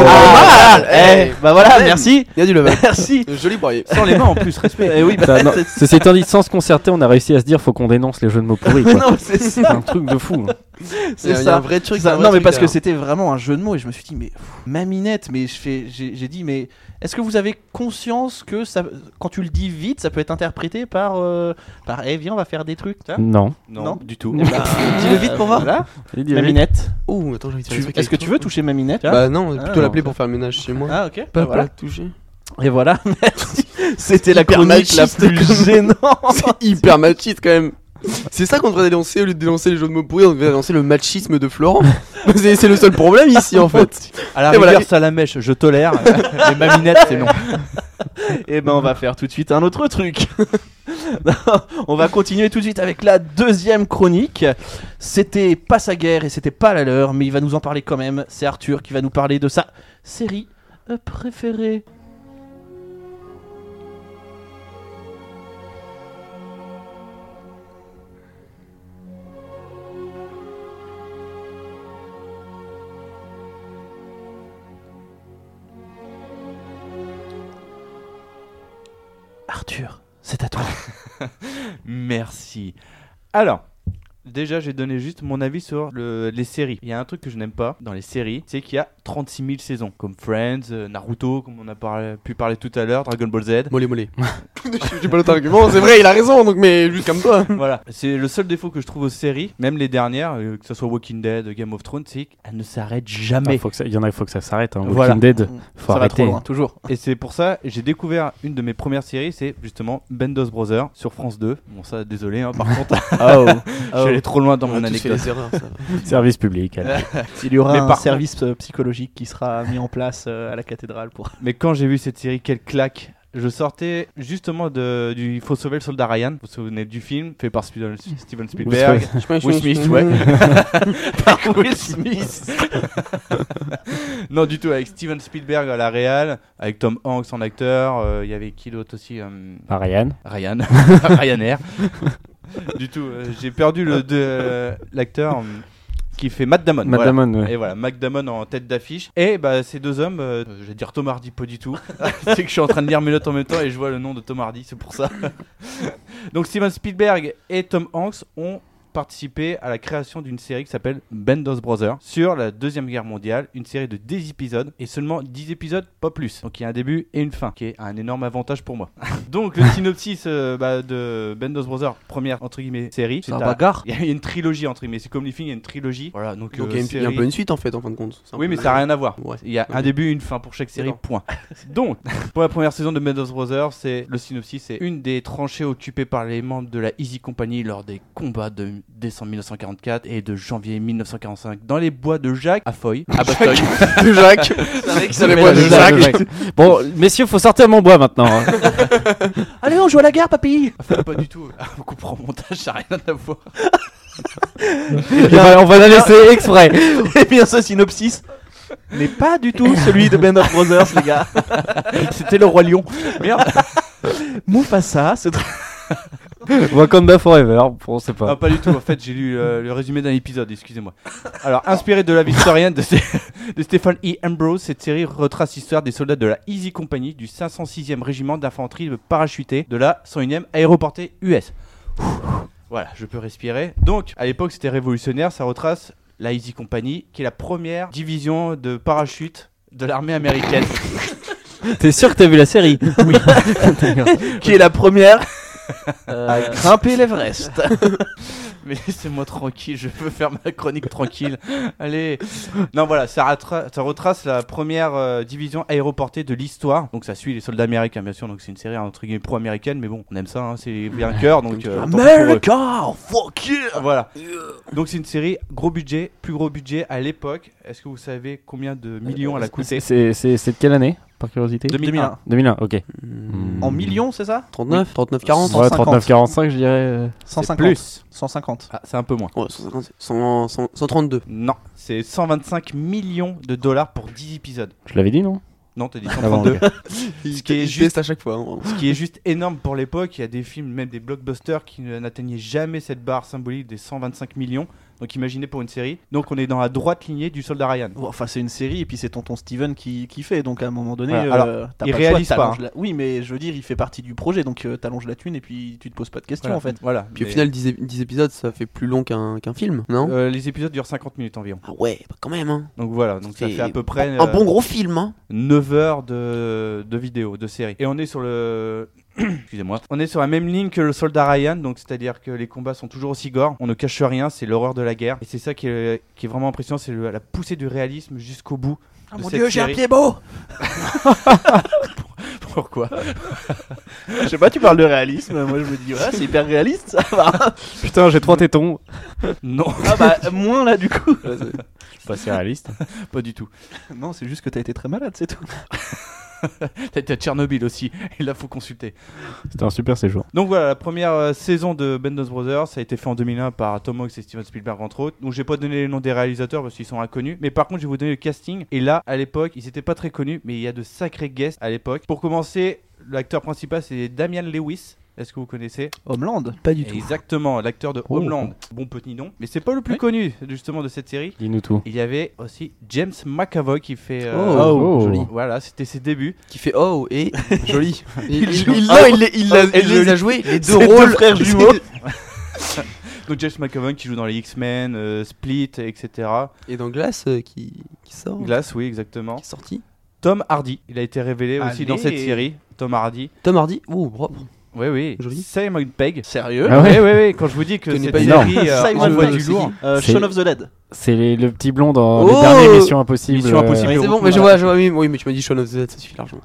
Speaker 4: Ah,
Speaker 1: mal.
Speaker 4: eh,
Speaker 1: Eh,
Speaker 4: bah voilà,
Speaker 1: même.
Speaker 4: merci,
Speaker 1: Il y a du level.
Speaker 4: merci.
Speaker 1: Joli poirier.
Speaker 3: Sans les mains en plus, respect.
Speaker 4: Eh oui, bah,
Speaker 5: Putain, non,
Speaker 4: c'est-
Speaker 5: Ceci étant dit, sans se concerter, on a réussi à se dire faut qu'on dénonce les jeux de mots pourris.
Speaker 4: <laughs>
Speaker 5: quoi.
Speaker 4: non, c'est
Speaker 5: C'est
Speaker 4: ça,
Speaker 5: un truc de fou. hein.
Speaker 1: Il y
Speaker 4: c'est
Speaker 1: a- il y a un
Speaker 4: ça.
Speaker 1: vrai truc. il y
Speaker 4: Ça,
Speaker 1: a un vrai
Speaker 4: non mais
Speaker 1: truc
Speaker 4: parce que
Speaker 1: derrière.
Speaker 4: c'était vraiment un jeu de mots et je me suis dit mais pff, maminette mais je fais j'ai j'ai dit mais est-ce que vous avez conscience que ça quand tu le dis vite ça peut être interprété par euh, par eh viens on va faire des trucs tu vois
Speaker 5: Non.
Speaker 4: Non.
Speaker 3: du tout.
Speaker 5: Eh
Speaker 1: Dis-le vite pour voir.
Speaker 4: Bah, Voilà.
Speaker 5: Il dit-
Speaker 4: Maminette
Speaker 1: Ouh, attends, j'ai envie de faire
Speaker 4: Tu-
Speaker 1: un truc
Speaker 4: est-ce que
Speaker 1: avec
Speaker 4: tu
Speaker 1: toi.
Speaker 4: veux toucher maminette là
Speaker 1: Bah non,
Speaker 4: Ah,
Speaker 1: plutôt l'appeler
Speaker 4: non.
Speaker 1: pour faire le ménage chez moi.
Speaker 4: Ah ok. Bah,
Speaker 1: Pas pour
Speaker 4: voilà.
Speaker 1: la toucher.
Speaker 4: Et voilà. <laughs> merci. C'était la
Speaker 1: Hyper
Speaker 4: chronique la
Speaker 1: machiste
Speaker 4: plus <laughs>
Speaker 1: comme-
Speaker 4: gênante.
Speaker 1: <laughs> C'est hyper machiste quand même. C'est ça qu'on devrait dénoncer au lieu de dénoncer les jeux de mots pourris, on devrait dénoncer le machisme de
Speaker 4: <laughs>
Speaker 1: Florent. c'est c'est le seul problème ici en fait.
Speaker 3: À la
Speaker 1: Et voilà.
Speaker 3: rigueur, ça la mèche, je tolère. les maminettes, c'est non.
Speaker 4: Et ben on va faire tout de suite un autre truc. <laughs> Non, on va continuer tout de suite avec la deuxième chronique. C'était pas sa guerre et c'était pas la leur, mais il va nous en parler quand même. C'est Arthur qui va nous parler de sa série euh, préférée. Arthur, c'est à toi.
Speaker 3: Merci. Alors, Déjà, j'ai donné juste mon avis sur le- les séries. Il y a un truc que je n'aime pas dans les séries, c'est qu'il y a 36 000 saisons, comme Friends, euh, Naruto, comme on a parlé- pu parler tout à l'heure, Dragon
Speaker 1: <laughs>
Speaker 3: Ball Z.
Speaker 1: <laughs> Mollet, mollet. J'ai pas l'autre argument, c'est vrai, il a raison, donc, mais juste comme toi.
Speaker 3: voilà, c'est le seul défaut que je trouve aux séries, même les dernières, euh, que ce soit Walking Dead, Game of Thrones, c'est qu'elles ne s'arrêtent jamais.
Speaker 5: Ah, faut que ça- Il y en a, il faut que ça s'arrête. Hein. Walking
Speaker 3: Voilà.
Speaker 5: Dead, faut
Speaker 3: Ça va
Speaker 5: arrêter.
Speaker 3: trop loin.
Speaker 4: hein, Toujours.
Speaker 3: Et c'est pour ça, j'ai découvert une de mes premières séries, c'est justement Bendos Brothers sur France 2. Bon, ça, désolé, hein, <laughs> par contre,
Speaker 4: Oh.
Speaker 3: je suis allé trop loin dans
Speaker 1: On a
Speaker 3: mon
Speaker 1: tous fait
Speaker 3: anecdote.
Speaker 1: des erreurs, ça.
Speaker 5: <laughs> Service public. allez.
Speaker 4: Il y aura
Speaker 3: Mais
Speaker 4: un
Speaker 3: par
Speaker 4: service euh, psychologique qui sera mis en place euh, à la cathédrale <laughs> pour.
Speaker 3: Mais quand j'ai vu cette série, quelle claque je sortais justement de, du Il faut sauver le soldat Ryan. Vous vous souvenez du film fait par Spiel- Steven Spielberg,
Speaker 1: Je pense que-
Speaker 3: Will
Speaker 1: <laughs>
Speaker 3: Smith, ouais. par Will Smith. <laughs> non, du tout, avec Steven Spielberg à la réal, avec Tom Hanks en acteur, euh, il y avait qui d'autre aussi euh,
Speaker 5: Ariane.
Speaker 3: <laughs> Ryan, Ryanair. du tout, euh, j'ai perdu le de- euh, l'acteur euh, qui fait Matt Damon. voilà.
Speaker 5: Madame Anne, ouais.
Speaker 3: Et voilà, Mac Damon en tête d'affiche. Et bah, ces deux hommes, euh, je vais dire Tom Hardy, pas du tout. <laughs> c'est que je suis en train de lire mes notes en même temps et je vois le nom de Tom Hardy, c'est pour ça. <laughs> Donc Steven Spielberg et Tom Hanks ont participé à la création d'une série qui s'appelle Bendos Brothers sur la Deuxième Guerre mondiale, une série de 10 épisodes et seulement 10 épisodes, pas plus. Donc il y a un début et une fin, qui est un énorme avantage pour moi. <laughs> Donc le synopsis euh, bah, de Bendos Brothers, première entre guillemets série,
Speaker 4: C'est un
Speaker 3: à-
Speaker 4: bagarre.
Speaker 3: <laughs> il y a une trilogie entre guillemets, c'est comme Living, il y a une trilogie. Voilà, donc,
Speaker 1: Donc
Speaker 3: euh,
Speaker 1: il y a une- il y a un
Speaker 3: série-
Speaker 1: peu une suite en fait en fin de compte. C'est un
Speaker 3: oui,
Speaker 1: peu
Speaker 3: mais
Speaker 1: la-
Speaker 3: ça n'a rien à voir.
Speaker 1: Ouais.
Speaker 3: Il y a un
Speaker 1: Ok.
Speaker 3: début et une fin pour chaque série,
Speaker 1: D'accord. <laughs>
Speaker 3: point. Donc, pour la première saison de Meadows Brothers, c'est le synopsis c'est une des tranchées occupées par les membres de la Easy Company lors des combats de décembre 1944 et de janvier 1945 dans les bois de Jacques
Speaker 1: <laughs>
Speaker 3: à Foy, à Bastogne.
Speaker 1: de Jacques.
Speaker 3: <laughs>
Speaker 1: C'est vrai que ça
Speaker 5: Mais
Speaker 1: m'est pas
Speaker 5: là,
Speaker 1: de
Speaker 5: je-
Speaker 1: Jacques.
Speaker 5: je- Bon, messieurs, faut sortir mon bois maintenant. <laughs> hein.
Speaker 4: Allez, on joue à la guerre, papy
Speaker 3: Enfin, pas du tout. Ah, On comprend au montage, ça n'a rien à voir.
Speaker 5: Eh ben, on va la laisser exprès.
Speaker 4: Eh bien, ce synopsis n'est pas du tout celui de Band of Brothers, les gars.
Speaker 3: C'était le Roi Lion. Merde.
Speaker 4: Mufasa, ce truc.
Speaker 5: Wakanda Forever, on sait
Speaker 3: Non,
Speaker 5: pas.
Speaker 3: Ah, pas du tout. En fait, j'ai lu euh, le résumé d'un épisode, excusez-moi. Alors, inspiré de la vie historienne de, Sté- de Stephen E. Ambrose, cette série retrace l'histoire des soldats de la Easy Company du 506e régiment d'infanterie de parachutés de la 101e aéroportée US. Ouh, Voilà, je peux respirer. Donc, à l'époque, c'était révolutionnaire. Ça retrace la Easy Company, qui est la première division de parachutes de l'armée américaine.
Speaker 5: Ah, T'es sûr que t'as vu la série
Speaker 4: qui est la première à grimper l'Everest.
Speaker 3: Mais <laughs> laissez-moi tranquille, je peux faire ma chronique tranquille. Allez. Non, voilà, ça, ratra- ça retrace la première euh, division aéroportée de l'histoire. Donc ça suit les soldats américains, bien sûr. Donc c'est une série entre guillemets pro-américaine, mais bon, on aime ça, hein, c'est les vainqueurs. Donc, euh, tant pis pour eux.
Speaker 4: America, fuck you
Speaker 3: Voilà. Donc c'est une série gros budget, plus gros budget à l'époque. Est-ce que vous savez combien de millions elle a coûté
Speaker 5: C'est c'est- c'est de quelle année, par curiosité
Speaker 3: 2001.
Speaker 5: 2001, ok.
Speaker 1: Hmm.
Speaker 4: En millions, c'est ça
Speaker 1: 39, 39, 40.
Speaker 5: Ouais,
Speaker 4: 150.
Speaker 5: 39-45, je dirais. euh.
Speaker 4: 150.
Speaker 3: plus.
Speaker 4: 150.
Speaker 3: Ah, c'est un peu moins.
Speaker 1: Ouais, 150, 100, 100, 132.
Speaker 3: Non, c'est 125 millions de dollars pour 10 épisodes.
Speaker 5: Je l'avais dit, non
Speaker 3: Non, t'as dit
Speaker 5: Ah bon,
Speaker 3: 132.
Speaker 5: ok.
Speaker 1: Il,
Speaker 3: qui est
Speaker 1: il
Speaker 3: juste-
Speaker 1: teste à chaque fois. hein.
Speaker 3: Ce qui est juste énorme pour l'époque, il y a des films, même des blockbusters, qui ne- n'atteignaient jamais cette barre symbolique des 125 millions. Donc imaginez pour une série. Donc on est dans la droite lignée du soldat Ryan.
Speaker 4: Bon, enfin, c'est une série, et puis c'est tonton Steven qui, qui fait, donc à un moment donné,
Speaker 3: Voilà,
Speaker 4: euh,
Speaker 3: alors,
Speaker 4: t'as
Speaker 3: il
Speaker 4: pas le choix,
Speaker 3: réalise pas,
Speaker 4: t'allonges la- Oui, mais je veux dire, il fait partie du projet, donc euh, t'allonges la thune et puis tu te poses pas de questions
Speaker 3: Voilà.
Speaker 4: en fait.
Speaker 3: Voilà.
Speaker 1: Puis au
Speaker 3: Mais,
Speaker 1: final, 10, ép- 10 épisodes, ça fait plus long qu'un qu'un film, non
Speaker 3: euh, les épisodes durent 50 minutes environ.
Speaker 1: Ah ouais, bah quand même. Hein.
Speaker 3: Donc voilà, donc ça
Speaker 1: C'est
Speaker 3: fait à peu près
Speaker 1: Un bon gros film. Hein.
Speaker 3: 9 heures de, de vidéo, de série. Et on est sur le. <clears throat> Excusez-moi. On est sur la même ligne que le soldat Ryan, donc c'est-à-dire que les combats sont toujours aussi gore. On ne cache rien, c'est l'horreur de la guerre. Et c'est ça qui est, qui est vraiment impressionnant, c'est le- la poussée du réalisme jusqu'au bout.
Speaker 4: Ah
Speaker 3: de cette série.
Speaker 4: beau
Speaker 3: Pourquoi
Speaker 4: Je sais pas, tu parles de réalisme, moi je me dis, ouais, c'est hyper réaliste ça va.
Speaker 5: Putain, j'ai trois tétons.
Speaker 3: Non.
Speaker 4: Ah bah, moins là du coup
Speaker 5: Pas si réaliste.
Speaker 3: <laughs> Pas du tout.
Speaker 4: Non, c'est juste que t'as été très malade, c'est tout.
Speaker 3: T'as été à Tchernobyl aussi, <laughs> et là faut consulter.
Speaker 5: C'était un super séjour.
Speaker 3: Donc voilà, la première euh, saison de Bendos Brothers, ça a été fait en 2001 par Tom Hanks et Steven Spielberg entre autres. Donc j'ai pas donné les noms des réalisateurs parce qu'ils sont inconnus, mais par contre je vais vous donner le casting. Et là, à l'époque, ils étaient pas très connus, mais il y a de sacrés guests à l'époque. Pour commencer, l'acteur principal c'est Damian Lewis. Est-ce que vous connaissez
Speaker 4: Homeland Pas du
Speaker 3: Exactement, l'acteur de
Speaker 5: Oh.
Speaker 3: Homeland. Bon petit nom, mais c'est pas le plus
Speaker 4: Oui.
Speaker 3: connu justement de cette série.
Speaker 5: Dis-nous tout.
Speaker 3: Il y avait aussi James McAvoy qui fait. euh,
Speaker 5: Oh, joli.
Speaker 3: Voilà, c'était ses débuts.
Speaker 1: Qui fait oh <laughs> et joli. Il, il,
Speaker 3: joue-
Speaker 1: il- non, il, les- il,
Speaker 3: Oh,
Speaker 1: l'a-
Speaker 3: et
Speaker 1: il les <laughs>
Speaker 3: joli.
Speaker 1: a joués les deux
Speaker 4: Ces deux
Speaker 1: rôles.
Speaker 4: frères jumeaux.
Speaker 3: Donc James McAvoy qui joue dans les X-Men, euh, Split, etc.
Speaker 1: <laughs> Et dans Glace euh, qui, qui sort.
Speaker 3: Glass, oui, exactement.
Speaker 1: Qui est sorti.
Speaker 3: Tom Hardy, il a été révélé aussi
Speaker 2: Allez.
Speaker 3: dans cette série. Tom Hardy.
Speaker 1: Tom Hardy. Ouh, propre.
Speaker 3: Oui, oui.
Speaker 1: Joli.
Speaker 3: Simon Pegg.
Speaker 4: Sérieux
Speaker 5: Ah ouais.
Speaker 3: Oui, oui, oui. Quand je vous dis que
Speaker 1: Tu n'es
Speaker 3: cette
Speaker 1: pas
Speaker 4: énorme.
Speaker 3: série euh,
Speaker 4: Simon
Speaker 3: envoie
Speaker 4: Pegg,
Speaker 3: du lourd.
Speaker 4: Euh,
Speaker 5: C'est-
Speaker 4: Shaun of the Dead.
Speaker 5: C'est les- le petit blond dans
Speaker 1: Oh
Speaker 5: les dernières Missions Impossibles. euh,
Speaker 3: Mission Impossible.
Speaker 1: Ouais,
Speaker 3: Oui,
Speaker 1: c'est bon,
Speaker 3: oui,
Speaker 1: mais je vois,
Speaker 3: voilà.
Speaker 1: je vois. Oui, oui, mais tu m'as dit Shaun of the Dead, ça suffit largement.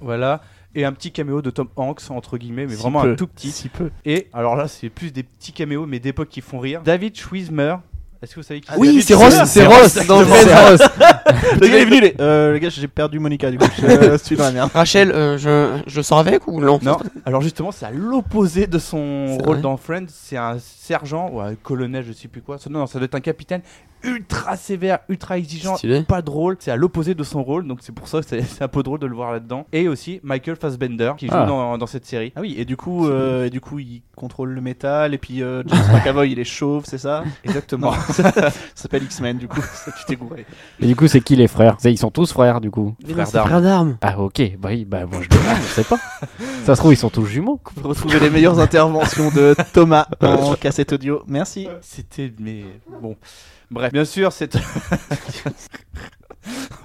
Speaker 3: Voilà. Et un petit caméo de Tom Hanks, entre guillemets, mais
Speaker 5: Si
Speaker 3: vraiment
Speaker 5: peu.
Speaker 3: un tout petit.
Speaker 5: Si peu.
Speaker 3: Et alors là, c'est plus des petits caméos, mais d'époque qui font rire. David Schwimmer. Est-ce que vous savez qui
Speaker 1: Oui,
Speaker 3: David
Speaker 1: c'est Ross,
Speaker 3: Schwimmer
Speaker 1: c'est Ross dans le
Speaker 4: exactement.
Speaker 1: film.
Speaker 4: <laughs> Le gars est venu, les. Euh, les gars, j'ai perdu Monica du coup. Je <laughs> euh, suis dans la merde.
Speaker 1: Rachel, euh, je, je sors avec ou non
Speaker 3: Non, <laughs> alors justement, c'est à l'opposé de son
Speaker 1: C'est
Speaker 3: rôle
Speaker 1: vrai.
Speaker 3: dans Friends. C'est un sergent ou un colonel, je sais plus quoi. Non, non, ça doit être un capitaine ultra sévère, ultra exigeant,
Speaker 1: Stylé.
Speaker 3: pas drôle. C'est à l'opposé de son rôle, donc c'est pour ça que c'est <laughs> c'est un peu drôle de le voir là-dedans. Et aussi Michael Fassbender qui joue
Speaker 5: Ah.
Speaker 3: dans, dans cette série.
Speaker 4: Ah oui, et du coup, euh, et du coup, il contrôle le métal, et puis euh, James McAvoy, il est chauve, c'est ça <laughs> Exactement. ça s'appelle X-Men, du coup, ça, tu t'es gouré.
Speaker 5: Et du coup, c'est qui les frères C'est- Ils sont tous frères, du coup.
Speaker 1: Mais non,
Speaker 3: Frère
Speaker 1: c'est
Speaker 3: d'armes.
Speaker 1: Frère d'armes.
Speaker 5: Ah, ok. Bah, oui, bah moi, je demande, je sais pas. Ça se trouve, ils sont tous jumeaux.
Speaker 4: Vous retrouvez les meilleures interventions de <laughs> Thomas en cassette audio. Merci.
Speaker 3: C'était mais bon. Bref, bien
Speaker 1: <laughs>
Speaker 3: sûr, c'est. <laughs> oh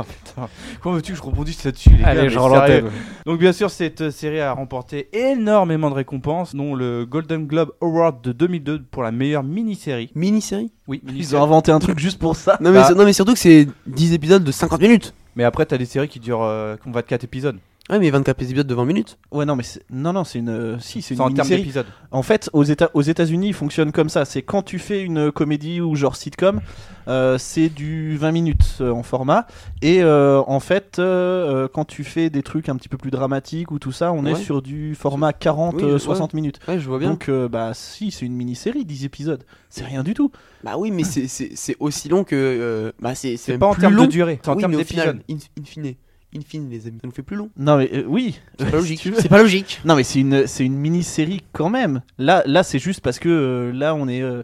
Speaker 3: putain, comment veux-tu que je rebondisse là-dessus les gars,
Speaker 5: Allez,
Speaker 3: mais
Speaker 5: genre
Speaker 3: sérieux.
Speaker 5: l'antenne.
Speaker 3: Donc bien sûr, cette euh, série a remporté énormément de récompenses, dont le Golden Globe Award de 2002 pour la meilleure mini-série.
Speaker 1: Mini-série
Speaker 3: Oui,
Speaker 4: Ils ont inventé un truc juste pour ça.
Speaker 1: non mais,
Speaker 3: Bah.
Speaker 1: sur- non, mais surtout que c'est 10 épisodes de 50 minutes.
Speaker 3: Mais après, t'as des séries qui durent euh, qu'on va de 4 épisodes.
Speaker 1: Ouais, mais 24 épisodes de 20 minutes.
Speaker 4: Ouais, non, mais c'est- non, non, c'est une, euh, si, c'est
Speaker 3: C'est
Speaker 4: une
Speaker 3: en termes
Speaker 4: mini-série.
Speaker 3: d'épisodes.
Speaker 4: En fait, aux États, aux États-Unis, il fonctionne comme ça. C'est quand tu fais une comédie ou genre sitcom, euh, c'est du 20 minutes euh, en format. Et euh, en fait, euh, euh, quand tu fais des trucs un petit peu plus dramatiques ou tout ça, on est
Speaker 1: Ouais.
Speaker 4: sur du format 40,
Speaker 1: Oui,
Speaker 4: euh,
Speaker 1: ouais.
Speaker 4: 60 minutes.
Speaker 1: Ouais, je vois bien.
Speaker 4: Donc, euh, bah si, c'est une mini-série, 10 épisodes. C'est rien du tout.
Speaker 1: bah oui, mais c'est- c'est c'est aussi long que. euh, bah c'est
Speaker 3: C'est
Speaker 1: même
Speaker 3: pas en
Speaker 1: plus
Speaker 3: termes
Speaker 1: long.
Speaker 3: de durée, c'est en
Speaker 1: Oui,
Speaker 3: termes
Speaker 1: mais au
Speaker 3: d'épisodes.
Speaker 1: final, In, in fine. In fine, les amis. Ça nous fait plus long.
Speaker 4: Non, mais euh, oui.
Speaker 1: <laughs> C'est pas logique.
Speaker 4: tu veux.
Speaker 1: C'est pas logique.
Speaker 4: Non, mais c'est une, c'est une mini-série quand même. Là, là c'est juste parce que euh, là, on est, euh,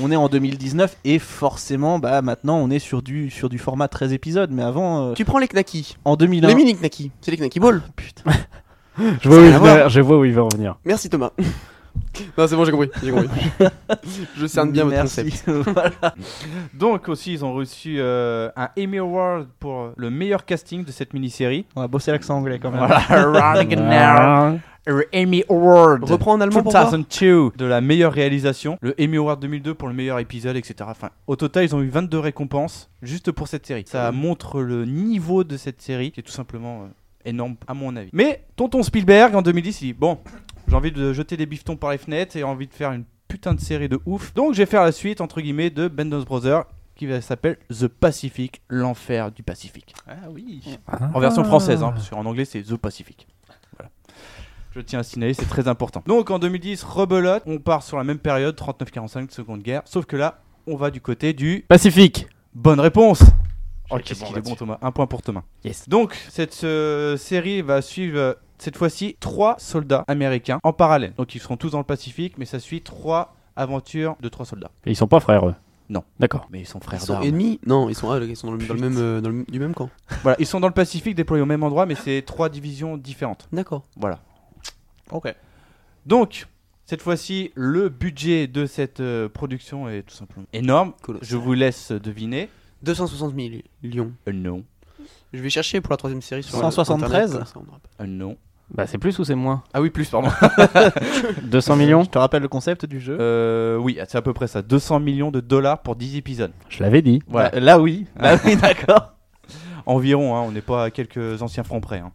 Speaker 4: on est en 2019 et forcément, bah maintenant, on est sur du, sur du format 13 épisodes. Mais avant. euh,
Speaker 1: Tu prends les knackis.
Speaker 4: En 2001.
Speaker 1: Les mini knackis. C'est les knacky ball.
Speaker 4: Putain.
Speaker 5: <laughs> Je vois où
Speaker 1: Ça
Speaker 5: il
Speaker 1: n'a rien à
Speaker 5: veut- je vois où il veut en venir.
Speaker 1: Merci <laughs> Thomas. non, c'est bon, j'ai compris. J'ai compris. <laughs> je cerne bien votre
Speaker 4: Merci.
Speaker 1: concept.
Speaker 4: Voilà.
Speaker 3: Donc aussi, ils ont reçu euh, un Emmy Award pour euh, le meilleur casting de cette mini-série.
Speaker 4: <laughs> On va bosser l'accent anglais quand même.
Speaker 3: <laughs> Voilà, Ron Gennaro, le Emmy Award.
Speaker 1: Reprends en allemand pour voir.
Speaker 3: 2002 de la meilleure réalisation, le Emmy Award 2002 pour le meilleur épisode, etc. Enfin, au total, ils ont eu 22 récompenses juste pour cette série. Ça
Speaker 1: Mmh.
Speaker 3: montre le niveau de cette série qui est tout simplement euh, énorme à mon avis. Mais tonton Spielberg en 2010, il dit bon, j'ai envie de jeter des bifetons par les fenêtres et envie de faire une putain de série de ouf. Donc, je vais faire la suite entre guillemets de Bendon's Brothers qui va- s'appelle The Pacific, l'enfer du Pacifique.
Speaker 4: Ah oui.
Speaker 3: En version française, hein, parce qu'en anglais c'est The Pacific. Voilà. Je tiens à signaler, c'est très important. Donc en 2010, rebelote, on part sur la même période, 39-45, Seconde Guerre, sauf que là, on va du côté du
Speaker 5: Pacifique.
Speaker 3: bonne réponse.
Speaker 6: J'ai
Speaker 3: Oh,
Speaker 6: été
Speaker 3: qu'est-ce
Speaker 6: bon
Speaker 3: qu'il est bon
Speaker 6: là-dessus.
Speaker 3: Thomas, un point pour Thomas.
Speaker 5: Yes.
Speaker 3: Donc cette euh, série va suivre euh, cette fois-ci trois soldats américains en parallèle. Donc ils seront tous dans le Pacifique, mais ça suit trois aventures de trois soldats.
Speaker 5: Et ils sont pas frères, eux
Speaker 3: Non.
Speaker 5: D'accord.
Speaker 3: Mais ils sont
Speaker 1: Ils
Speaker 3: frères
Speaker 1: sont
Speaker 3: d'armes.
Speaker 1: ennemis Non, ils sont, ah, ils sont dans le, dans le même, euh, dans le- du même camp.
Speaker 3: Voilà, ils sont dans le Pacifique déployés au même endroit, mais c'est trois divisions différentes.
Speaker 1: D'accord.
Speaker 3: Voilà.
Speaker 4: Ok.
Speaker 3: Donc, cette fois-ci, le budget de cette euh, production est tout simplement énorme.
Speaker 1: Colossal.
Speaker 3: Je vous laisse deviner.
Speaker 1: 260 000 millions.
Speaker 3: Un non.
Speaker 1: Je vais chercher pour la troisième série sur
Speaker 4: 173.
Speaker 1: Internet, comme ça, on aura pas.
Speaker 3: Un Euh, non.
Speaker 5: Bah, c'est plus ou c'est <laughs> moins
Speaker 3: Ah oui, plus, pardon.
Speaker 5: 200 millions
Speaker 4: Je te rappelle le concept du jeu.
Speaker 3: <laughs> Euh, oui, c'est à peu près ça. 200 millions de dollars pour 10 épisodes.
Speaker 5: Je l'avais dit.
Speaker 3: Voilà.
Speaker 4: Bah, là oui. Là oui, d'accord.
Speaker 3: Environ, hein, on n'est pas à quelques anciens francs près. hein.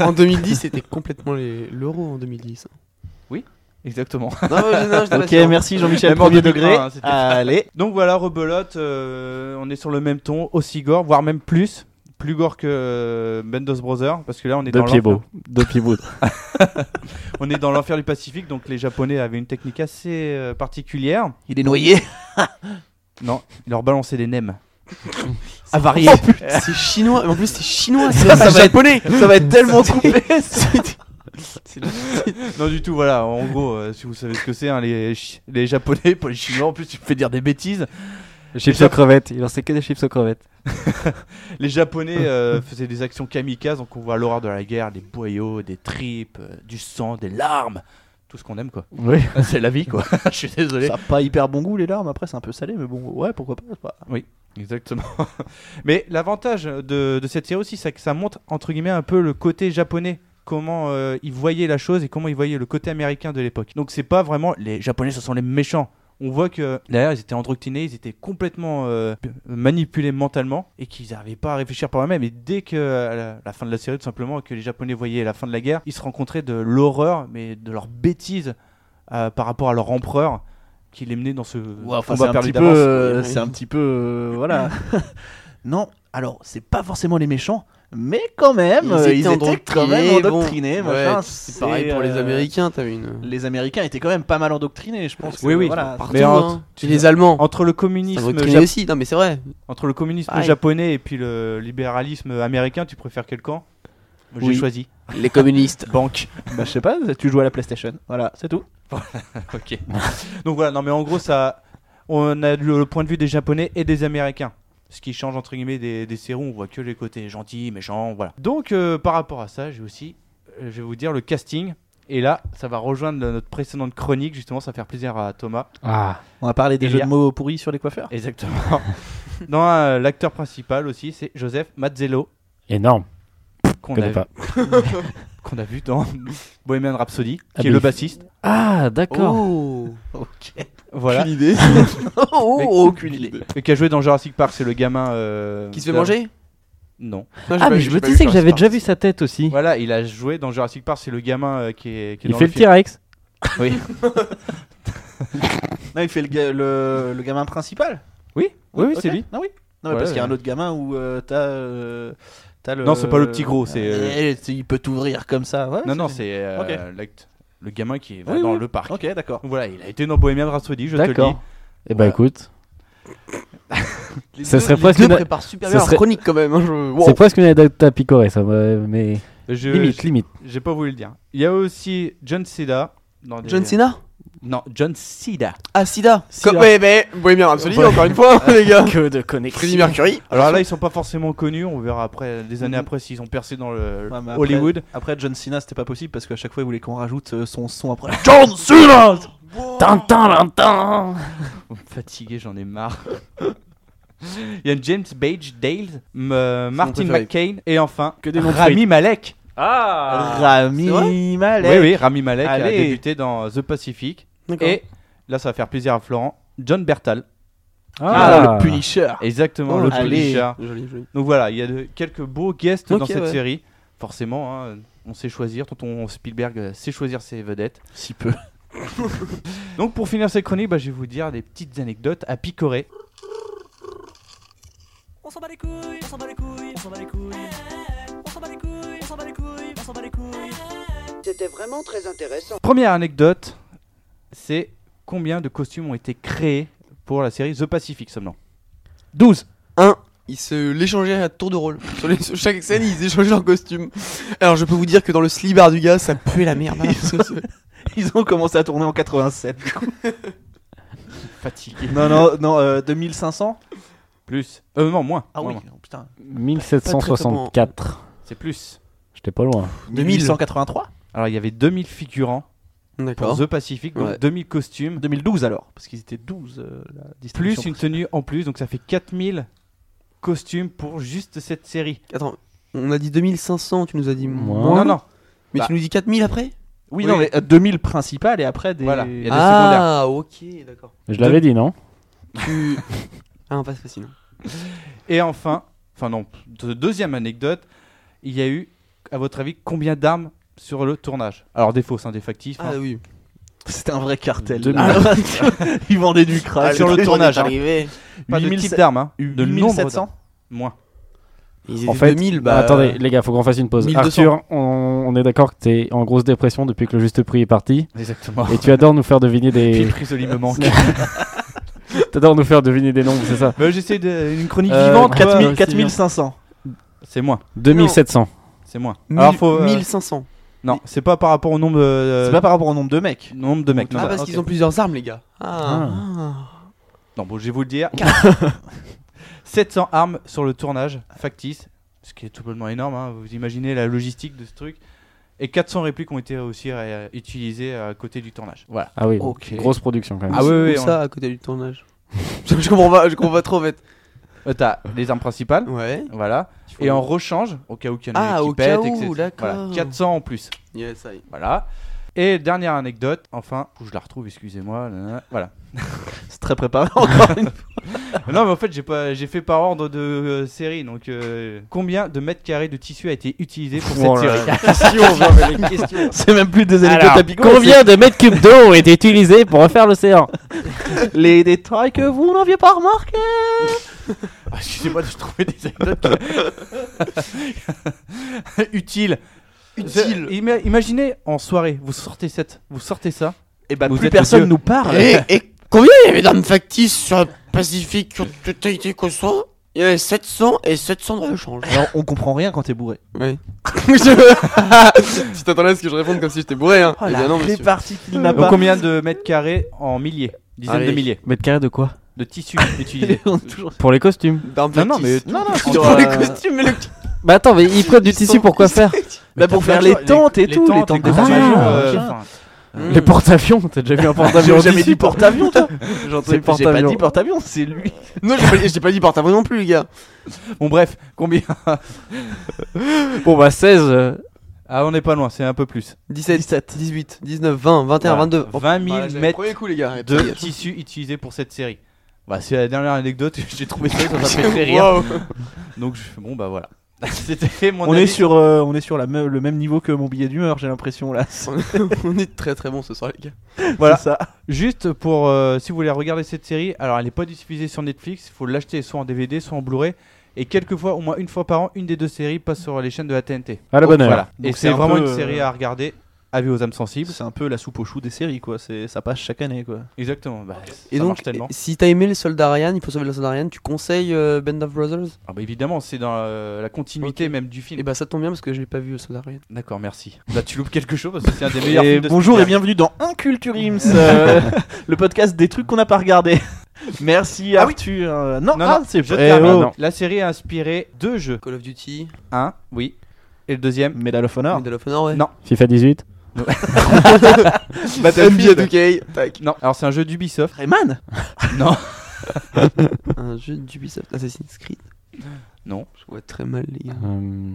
Speaker 1: En, en 2010, c'était complètement les- l'euro en 2010.
Speaker 3: Exactement.
Speaker 1: Non, mais non, j'étais pas
Speaker 4: Ok,
Speaker 1: sûr.
Speaker 4: merci Jean-Michel
Speaker 3: Même en
Speaker 4: premier
Speaker 3: 2001,
Speaker 4: degré.
Speaker 3: hein, c'était-
Speaker 4: Allez.
Speaker 3: <laughs> Donc voilà, rebelote, euh, on est sur le même ton, aussi gore, voire même plus. Plus gore que euh, Bendos Brothers, parce que là on est
Speaker 5: Deux
Speaker 3: dans
Speaker 5: pieds
Speaker 3: l'enfer-
Speaker 5: beaux. Deux pieds beaux.
Speaker 3: on est dans l'enfer du Pacifique, donc les Japonais avaient une technique assez euh, particulière.
Speaker 4: Il est <laughs> noyé.
Speaker 3: Non, il leur balançait des nems.
Speaker 4: Avarié.
Speaker 1: <laughs> C'est chinois, mais en plus c'est chinois, c'est pas japonais.
Speaker 4: ça va être tellement coupé.
Speaker 3: Non du tout, voilà, en gros, euh, si vous savez ce que c'est, hein, les, Chi- les japonais, <laughs> pas les chinois, en plus tu me fais dire des bêtises.
Speaker 5: chips aux crevettes. Il en sait que des chips aux crevettes.
Speaker 3: Les japonais euh, faisaient des actions kamikazes, donc on voit l'horreur de la guerre, des boyaux, des tripes, euh, du sang, des larmes. tout ce qu'on aime, quoi.
Speaker 5: Oui.
Speaker 3: <laughs> c'est la vie, quoi. Je suis désolé.
Speaker 4: Ça a pas hyper bon goût les larmes, après c'est un peu salé, mais bon, ouais, pourquoi pas. c'est pas-
Speaker 3: Exactement. <laughs> Mais l'avantage de, de cette série aussi, c'est que ça montre, entre guillemets, un peu le côté japonais. Comment euh, ils voyaient la chose et comment ils voyaient le côté américain de l'époque. Donc, c'est pas vraiment les Japonais, ce sont les méchants. On voit que derrière, ils étaient endoctrinés, ils étaient complètement euh, manipulés mentalement et qu'ils n'arrivaient pas à réfléchir par eux-mêmes. Et dès que, à la, la fin de la série, tout simplement, que les Japonais voyaient la fin de la guerre, ils se rencontraient de l'horreur, mais de leur bêtise euh, par rapport à leur empereur qui les menait dans ce
Speaker 4: Ouais, enfin, c'est
Speaker 3: combat
Speaker 4: un
Speaker 3: perdu
Speaker 4: petit peu,
Speaker 3: d'avance.
Speaker 4: euh,
Speaker 1: Oui, oui.
Speaker 4: c'est un petit peu, euh, voilà. non, alors c'est pas forcément les méchants, mais quand même,
Speaker 1: Ils
Speaker 4: euh,
Speaker 1: étaient
Speaker 4: ils étaient, quand même
Speaker 1: endoctrinés, bon.
Speaker 4: endoctrinés.
Speaker 1: Ouais,
Speaker 4: machin,
Speaker 1: c'est pareil pour les
Speaker 4: euh,
Speaker 1: Américains, t'as une.
Speaker 4: Les Américains étaient quand même pas mal endoctrinés, je pense. que,
Speaker 3: Oui, oui,
Speaker 4: voilà,
Speaker 1: Partout,
Speaker 3: Mais en-
Speaker 1: hein. Et les Allemands.
Speaker 3: Entre le
Speaker 1: Ça
Speaker 3: communisme,
Speaker 1: doctriné
Speaker 3: jap-
Speaker 1: aussi, non mais c'est vrai.
Speaker 3: entre le communisme
Speaker 1: Pareil.
Speaker 3: japonais et puis le libéralisme américain, tu préfères quel camp J'ai
Speaker 4: Oui.
Speaker 3: choisi.
Speaker 1: Les
Speaker 3: <laughs>
Speaker 1: communistes.
Speaker 3: Banque.
Speaker 4: Bah, je sais pas, tu joues à la PlayStation. Voilà, c'est tout.
Speaker 3: ok. Donc voilà, non mais en gros, ça, on a le, le point de vue des japonais et des américains. Ce qui change entre guillemets des, des séries où on voit que les côtés gentils, méchants, voilà. Donc euh, par rapport à ça, j'ai aussi, euh, je vais vous dire le casting. Et là, ça va rejoindre le- notre précédente chronique, justement, ça va faire plaisir à Thomas.
Speaker 5: Ah,
Speaker 4: On va parler des
Speaker 3: Et
Speaker 4: jeux
Speaker 3: il y a-
Speaker 4: de mots pourris sur les coiffeurs.
Speaker 3: Exactement. <laughs> Dans euh, l'acteur principal aussi, c'est Joseph Mazzello,
Speaker 5: énorme.
Speaker 3: qu'on
Speaker 5: Je
Speaker 3: a
Speaker 5: connais pas.
Speaker 3: qu'on a vu dans <laughs> Bohemian Rhapsody, qui
Speaker 5: Ah,
Speaker 3: est
Speaker 5: mais
Speaker 3: le
Speaker 5: il-
Speaker 3: bassiste.
Speaker 5: Ah, d'accord.
Speaker 1: Oh,
Speaker 3: Voilà.
Speaker 1: idée. Oh,
Speaker 3: Mais-
Speaker 4: aucune idée.
Speaker 3: Et qui a joué dans Jurassic Park, c'est le gamin. euh,
Speaker 1: Qui se fait
Speaker 3: d'un-
Speaker 1: manger
Speaker 3: Non.
Speaker 1: Non, j'ai
Speaker 5: Ah,
Speaker 1: pas
Speaker 5: mais
Speaker 1: vu,
Speaker 5: je
Speaker 1: j'ai
Speaker 5: me
Speaker 1: pas vu
Speaker 5: disais que
Speaker 1: Jurassic
Speaker 5: j'avais
Speaker 1: Park.
Speaker 5: déjà vu sa tête aussi.
Speaker 3: Voilà, il a joué dans Jurassic Park, c'est le gamin euh, qui est, qui est
Speaker 5: Il
Speaker 3: dans
Speaker 5: fait le
Speaker 3: film.
Speaker 5: T-Rex.
Speaker 3: Oui.
Speaker 4: Non, il fait le, ga- le, le gamin principal.
Speaker 3: Oui, oui, c'est
Speaker 4: ok.
Speaker 3: lui.
Speaker 4: Non, oui. Non, mais
Speaker 3: Ouais,
Speaker 4: parce qu'il y a
Speaker 3: ouais.
Speaker 4: un autre gamin où euh, t'as. euh, t'as le...
Speaker 3: Non, c'est pas le petit gros, c'est, euh,
Speaker 4: Eh, tu- il peut t'ouvrir comme ça. Ouais,
Speaker 3: Non, non, c'est euh, l'acte- le gamin qui est va
Speaker 4: Oui,
Speaker 3: dans
Speaker 4: oui.
Speaker 3: le parc.
Speaker 4: Ok, d'accord.
Speaker 3: Donc Voilà, il a été dans Bohemian Rhapsody, je te le dis.
Speaker 5: D'accord. Et bah
Speaker 3: Voilà.
Speaker 5: écoute,
Speaker 1: Les
Speaker 5: Ça
Speaker 1: deux-
Speaker 5: serait
Speaker 1: les
Speaker 5: presque
Speaker 1: deux
Speaker 5: une-
Speaker 1: préparent super bien
Speaker 5: ça
Speaker 1: leur
Speaker 5: serait-
Speaker 1: chronique quand même. hein, je- wow.
Speaker 5: c'est presque une anecdote à picorer, ça. ouais, Mais
Speaker 3: Je-
Speaker 5: limite, limite.
Speaker 3: J'ai pas voulu le dire. Il y a aussi John Cena. dans des-
Speaker 1: John Cena
Speaker 3: Non, John Cena.
Speaker 1: Ah, Sida.
Speaker 5: Sida.
Speaker 4: hein.
Speaker 1: Comme... Ouais, mais Bohemian Rhapsody, encore une fois, <laughs> les gars.
Speaker 5: Que de connexion.
Speaker 1: Freddie Mercury.
Speaker 3: Alors là, ils sont pas forcément connus. On verra après, des années
Speaker 4: Mhm.
Speaker 3: après, s'ils ont percé dans le
Speaker 4: Ouais, mais après-
Speaker 3: Hollywood.
Speaker 4: Après, John Cena, c'était pas possible parce qu'à chaque fois, il voulait qu'on rajoute euh, son son après.
Speaker 5: John Cena Tintin, tintin
Speaker 3: Fatigué, j'en ai marre. <laughs> Il y a James Bage, Dale, m- euh, Martin
Speaker 1: préféré.
Speaker 3: McCain et enfin
Speaker 5: <laughs> Que des noms de Ah,
Speaker 3: Rami Malek.
Speaker 4: Ah.
Speaker 1: c'est vrai
Speaker 4: Rami Malek.
Speaker 3: Oui, oui, Rami Malek a
Speaker 4: Allez.
Speaker 3: débuté dans The Pacific. Et là, ça va faire plaisir à Florent. John Bertal,
Speaker 4: Ah, le Punisher.
Speaker 3: exactement,
Speaker 1: Oh,
Speaker 3: le
Speaker 4: allez.
Speaker 3: Punisher.
Speaker 1: Joli, joli.
Speaker 3: Donc voilà, il y a de- quelques beaux guests dans
Speaker 1: Ok,
Speaker 3: cette
Speaker 1: ouais.
Speaker 3: série. Forcément, hein, on sait choisir. Tonton Spielberg euh, sait choisir ses vedettes.
Speaker 4: Si peu. <laughs>
Speaker 3: Donc pour finir cette chronique, bah, je vais vous dire des petites anecdotes à picorer.
Speaker 8: On s'en bat les couilles, on s'en bat les couilles, on s'en bat les couilles. On s'en bat les couilles, on s'en bat les couilles, on s'en bat les couilles.
Speaker 9: C'était vraiment très intéressant.
Speaker 3: Première anecdote, c'est combien de costumes ont été créés pour la série The Pacific seulement 12
Speaker 1: Ils se l'échangeaient à tour de rôle. <laughs> Sur, les- sur chaque scène, ils échangeaient leurs costumes. Alors, je peux vous dire que dans le slibard du gars, ça puait la merde. hein.
Speaker 4: Ils ont commencé à tourner en 87. du coup.
Speaker 3: Fatigué.
Speaker 4: non, non, non, euh, 2500
Speaker 3: Plus. Euh, non, moins.
Speaker 4: Ah oui,
Speaker 3: Moins, moins.
Speaker 4: oh, putain.
Speaker 5: 1764.
Speaker 3: C'est plus.
Speaker 5: J'étais pas loin.
Speaker 4: 1883
Speaker 3: Alors il y avait 2000 figurants
Speaker 1: <laughs>
Speaker 3: pour
Speaker 1: D'accord.
Speaker 3: The Pacific, donc
Speaker 1: Ouais.
Speaker 3: 2000 costumes,
Speaker 4: 2012 alors, parce qu'ils étaient 12 euh, la distribution.
Speaker 3: plus une tenue en plus, donc ça fait 4000 costumes pour juste cette série.
Speaker 1: Attends, on a dit 2500, tu nous as dit
Speaker 5: Moins.
Speaker 1: moins.
Speaker 3: non, non.
Speaker 1: Mais
Speaker 3: Bah.
Speaker 1: tu nous dis 4000 après
Speaker 4: Oui,
Speaker 3: Oui.
Speaker 4: non, mais euh, 2000 principales et après des.
Speaker 3: Voilà, il y a des-
Speaker 1: Ah, ok, d'accord.
Speaker 5: Je l'avais dit, non
Speaker 1: <laughs> Tu. Ah, on passe facile.
Speaker 3: Et enfin, enfin non, de- deuxième anecdote, il y a eu, à votre avis, combien d'armes sur le tournage Alors des fausses, hein, des factifs. hein.
Speaker 1: Ah, oui.
Speaker 4: C'était un vrai cartel.
Speaker 3: <laughs>
Speaker 5: 2000.
Speaker 4: Alors, ils vendaient du crack.
Speaker 3: sur le tournage, hein. Pas de
Speaker 4: 8000
Speaker 3: type d'armes, hein. de nombre d'armes.
Speaker 4: 8700
Speaker 3: Moins.
Speaker 1: Ils étaient
Speaker 5: En fait,
Speaker 1: 2000, bah.
Speaker 5: attendez, les gars, faut qu'on fasse une pause.
Speaker 1: 1200.
Speaker 5: Arthur, on, on est d'accord que t'es en grosse dépression depuis que le juste prix est parti,
Speaker 3: Exactement.
Speaker 5: et tu adores nous faire deviner
Speaker 3: Et <laughs>
Speaker 5: des,
Speaker 3: Prisoli me manque.
Speaker 5: t'adores nous faire deviner des nombres, c'est ça
Speaker 3: Mais J'essaie de- une chronique
Speaker 5: Euh,
Speaker 3: vivante.
Speaker 5: quatre-
Speaker 3: quoi.
Speaker 4: 4000,
Speaker 5: Ouais,
Speaker 4: 4500.
Speaker 3: C'est moins.
Speaker 5: 2700.
Speaker 3: C'est moins.
Speaker 1: Alors,
Speaker 3: Alors faut. euh,
Speaker 1: 1500.
Speaker 3: Non, c'est pas par rapport au nombre. euh,
Speaker 4: C'est pas par rapport au nombre de mecs.
Speaker 3: Nombre de mecs. Non, bah,
Speaker 1: ah, parce
Speaker 3: ok.
Speaker 1: qu'ils ont plusieurs armes, les gars. Ah.
Speaker 3: Non, bon, je vais vous
Speaker 1: <laughs>
Speaker 3: le dire. 700 armes sur le tournage factice, ce qui est tout bonnement énorme. hein. Vous imaginez la logistique de ce truc. Et 400 répliques ont été aussi euh, utilisées à côté du tournage. Voilà.
Speaker 5: Ah oui,
Speaker 4: Ok.
Speaker 5: grosse production quand même.
Speaker 3: Ah oui, oui,
Speaker 1: Où
Speaker 3: on-
Speaker 1: ça à côté du tournage. <laughs> je comprends pas, je comprends pas trop en fait.
Speaker 3: Euh, T'as les armes principales,
Speaker 1: Ouais.
Speaker 3: voilà, et en rechange, au cas où qu'il y en a
Speaker 1: Ah,
Speaker 3: une
Speaker 1: au
Speaker 3: qui
Speaker 1: cas
Speaker 3: pète,
Speaker 1: où,
Speaker 3: etc.
Speaker 1: d'accord.
Speaker 3: Voilà, 400 en plus.
Speaker 1: Yes, ça y est.
Speaker 3: Voilà. Et dernière anecdote, enfin, où je la retrouve, excusez-moi. nanana, Voilà.
Speaker 4: C'est très préparé
Speaker 3: <laughs>
Speaker 4: encore une fois.
Speaker 3: non, mais en fait, j'ai pas, j'ai fait par ordre de euh, série. Donc, euh, combien de mètres carrés de tissu a été utilisé pour cette
Speaker 5: Oh là
Speaker 3: série
Speaker 5: là.
Speaker 3: <laughs>
Speaker 4: C'est même plus des anecdotes
Speaker 5: Alors,
Speaker 4: à picoler,
Speaker 5: combien de mètres cubes d'eau ont été utilisés pour refaire l'océan
Speaker 4: c'est Les détails que vous n'aviez pas remarqué
Speaker 3: Ah, Excusez-moi de trouver des anecdotes <laughs> utiles. Utiles. Ima- imaginez en soirée, vous sortez cette, vous sortez ça.
Speaker 1: Eh
Speaker 4: Et
Speaker 1: ben,
Speaker 4: bah
Speaker 3: Vous
Speaker 4: plus
Speaker 3: êtes Eh
Speaker 4: personne
Speaker 3: odieux.
Speaker 4: nous parle.
Speaker 3: <laughs>
Speaker 1: et combien il y avait d'armes factices sur le Pacifique qui ont été consommées Il y avait 700 et 700 de rechange.
Speaker 4: Alors on comprend rien quand t'es bourré.
Speaker 1: Oui. Je- <laughs> tu t'attendais à ce que je réponde comme si j'étais bourré, hein
Speaker 4: Oh
Speaker 1: Eh
Speaker 4: la
Speaker 1: bien non,
Speaker 4: clé
Speaker 1: monsieur.
Speaker 4: partie qu'il n'a
Speaker 3: Donc,
Speaker 4: pas.
Speaker 3: combien de mètres carrés en milliers, dizaines
Speaker 1: Allez.
Speaker 3: de milliers
Speaker 5: Mètres carrés de quoi
Speaker 3: de <laughs> tissus utilisés
Speaker 4: On est toujours-
Speaker 5: Pour les costumes.
Speaker 1: D'armes
Speaker 3: Non, non, mais
Speaker 1: factices. euh,
Speaker 4: Non, non,
Speaker 1: Pour
Speaker 4: on-
Speaker 1: les costumes, mais le
Speaker 5: Bah attends, mais ils prennent du
Speaker 1: Ils
Speaker 5: tissu
Speaker 1: sont-
Speaker 5: pour quoi faire
Speaker 4: Bah pour faire les tentes et tout, les tentes
Speaker 3: des
Speaker 4: des
Speaker 5: Ah,
Speaker 3: armations,
Speaker 4: armatures,
Speaker 3: euh,
Speaker 4: machin.
Speaker 3: enfin,
Speaker 5: <laughs> Les porte-avions, t'as déjà vu un porte-avions
Speaker 4: J'ai
Speaker 5: en
Speaker 4: jamais
Speaker 5: tissu
Speaker 4: dit
Speaker 3: <laughs>
Speaker 4: porte-avions, toi
Speaker 5: C'est
Speaker 4: J'ai pas
Speaker 5: porte-avions.
Speaker 4: dit porte-avions, c'est lui.
Speaker 1: Non, j'ai pas, j'ai pas dit porte-avions non plus, les gars.
Speaker 3: Bon bref, combien
Speaker 5: Bon bah 16. euh,
Speaker 3: Ah, on n'est pas loin, c'est un peu plus.
Speaker 1: 17, 18, 19, 20, 21,
Speaker 3: Voilà.
Speaker 1: 22. Oh,
Speaker 3: 20 000
Speaker 1: bah, j'avais le
Speaker 3: mètres
Speaker 1: Premier coup, les gars.
Speaker 3: de tissus utilisés pour cette série. Bah, c'est la dernière anecdote, <laughs> j'ai trouvé ça, ça m'a fait très rire.
Speaker 1: Wow.
Speaker 3: Donc, je- bon, bah voilà. <laughs> C'était mon
Speaker 4: On
Speaker 3: avis.
Speaker 4: est sur, euh, on est sur la me- le même niveau que mon billet d'humeur, j'ai l'impression là. <laughs> C'est
Speaker 1: On est très très bon ce soir, les gars.
Speaker 3: Voilà.
Speaker 4: ça.
Speaker 3: Juste pour. euh, si vous voulez regarder cette série, alors elle n'est pas diffusée sur Netflix, il faut l'acheter soit en DVD, soit en Blu-ray. Et quelquefois, au moins une fois par an, une des deux séries passe sur les chaînes de la TNT.
Speaker 5: À la bonne heure.
Speaker 3: Voilà. et
Speaker 4: Donc
Speaker 3: c'est
Speaker 4: c'est un
Speaker 3: vraiment
Speaker 4: peu,
Speaker 3: une série
Speaker 4: euh,
Speaker 3: à regarder. Avis aux âmes sensibles.
Speaker 4: C'est un peu la soupe aux choux des séries quoi, c'est ça passe chaque année quoi.
Speaker 3: Exactement. Bah,
Speaker 1: Et
Speaker 3: ça
Speaker 1: donc,
Speaker 3: marche tellement.
Speaker 1: si t'as aimé le soldat Ryan, il faut sauver le soldat Ryan, tu conseilles euh, Band of Brothers
Speaker 3: Ah bah, évidemment, c'est dans euh, la continuité même du film.
Speaker 1: Et bah ça tombe bien parce que je l'ai pas vu le soldat Ryan.
Speaker 3: D'accord, merci. Là, tu loupes quelque chose parce que c'est un des meilleurs
Speaker 4: Et
Speaker 3: films de
Speaker 4: bonjour et
Speaker 3: Spielberg.
Speaker 4: bienvenue dans Inculture Ims, euh, le podcast des trucs qu'on n'a pas regardé. <laughs> Merci
Speaker 3: Ah oui.
Speaker 4: Arthur. euh, Non,
Speaker 3: Non,
Speaker 4: ah,
Speaker 3: non,
Speaker 4: c'est
Speaker 3: je
Speaker 4: eh
Speaker 3: termine.
Speaker 4: oh.
Speaker 5: non.
Speaker 3: La série a inspiré deux jeux.
Speaker 1: Call of Duty,
Speaker 3: Un, oui. Et le
Speaker 4: <laughs>
Speaker 3: deuxième,
Speaker 4: Medal of
Speaker 3: Ah.
Speaker 4: Honor.
Speaker 1: Medal of Honor, ouais.
Speaker 3: Non.
Speaker 5: FIFA 18.
Speaker 1: NBA 2K, tac.
Speaker 3: non. Alors, c'est un jeu d'Ubisoft.
Speaker 4: Rayman
Speaker 3: non.
Speaker 1: Un jeu d'Ubisoft Assassin's Creed
Speaker 3: Non.
Speaker 1: Je vois très mal les gars.
Speaker 5: Euh,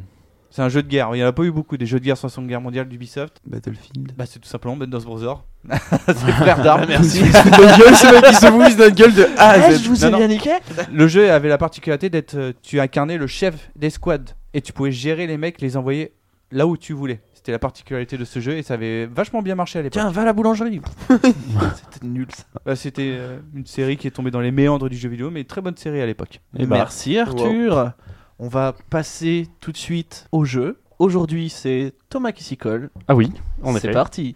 Speaker 3: C'est un jeu de guerre. Il n'y en a pas eu beaucoup des jeux de guerre sur la Seconde Guerre mondiale d'Ubisoft.
Speaker 1: Battlefield.
Speaker 3: Bah, c'est tout simplement Bendos Brothers. <laughs> c'est frère d'armes, merci.
Speaker 1: Notre gueule, ce mec qui se bouge d'une gueule de A
Speaker 4: <laughs> Ah,
Speaker 3: Eh,
Speaker 1: à Z.
Speaker 4: je vous ai
Speaker 3: Non,
Speaker 4: bien niqué
Speaker 3: Le jeu avait la particularité d'être. euh, Tu incarnais le chef d'escouade et tu pouvais gérer les mecs, les envoyer là où tu voulais. C'était la particularité de ce jeu et ça avait vachement bien marché à l'époque.
Speaker 4: Tiens, va à la boulangerie. C'était nul ça.
Speaker 3: Bah, C'était euh, une série qui est tombée dans les méandres du jeu vidéo, mais très bonne série à l'époque.
Speaker 5: et bah,
Speaker 4: Merci Arthur. On va passer tout de suite au jeu. Aujourd'hui, c'est Thomas qui s'y colle.
Speaker 5: Ah oui, en
Speaker 4: C'est
Speaker 5: effet.
Speaker 4: parti.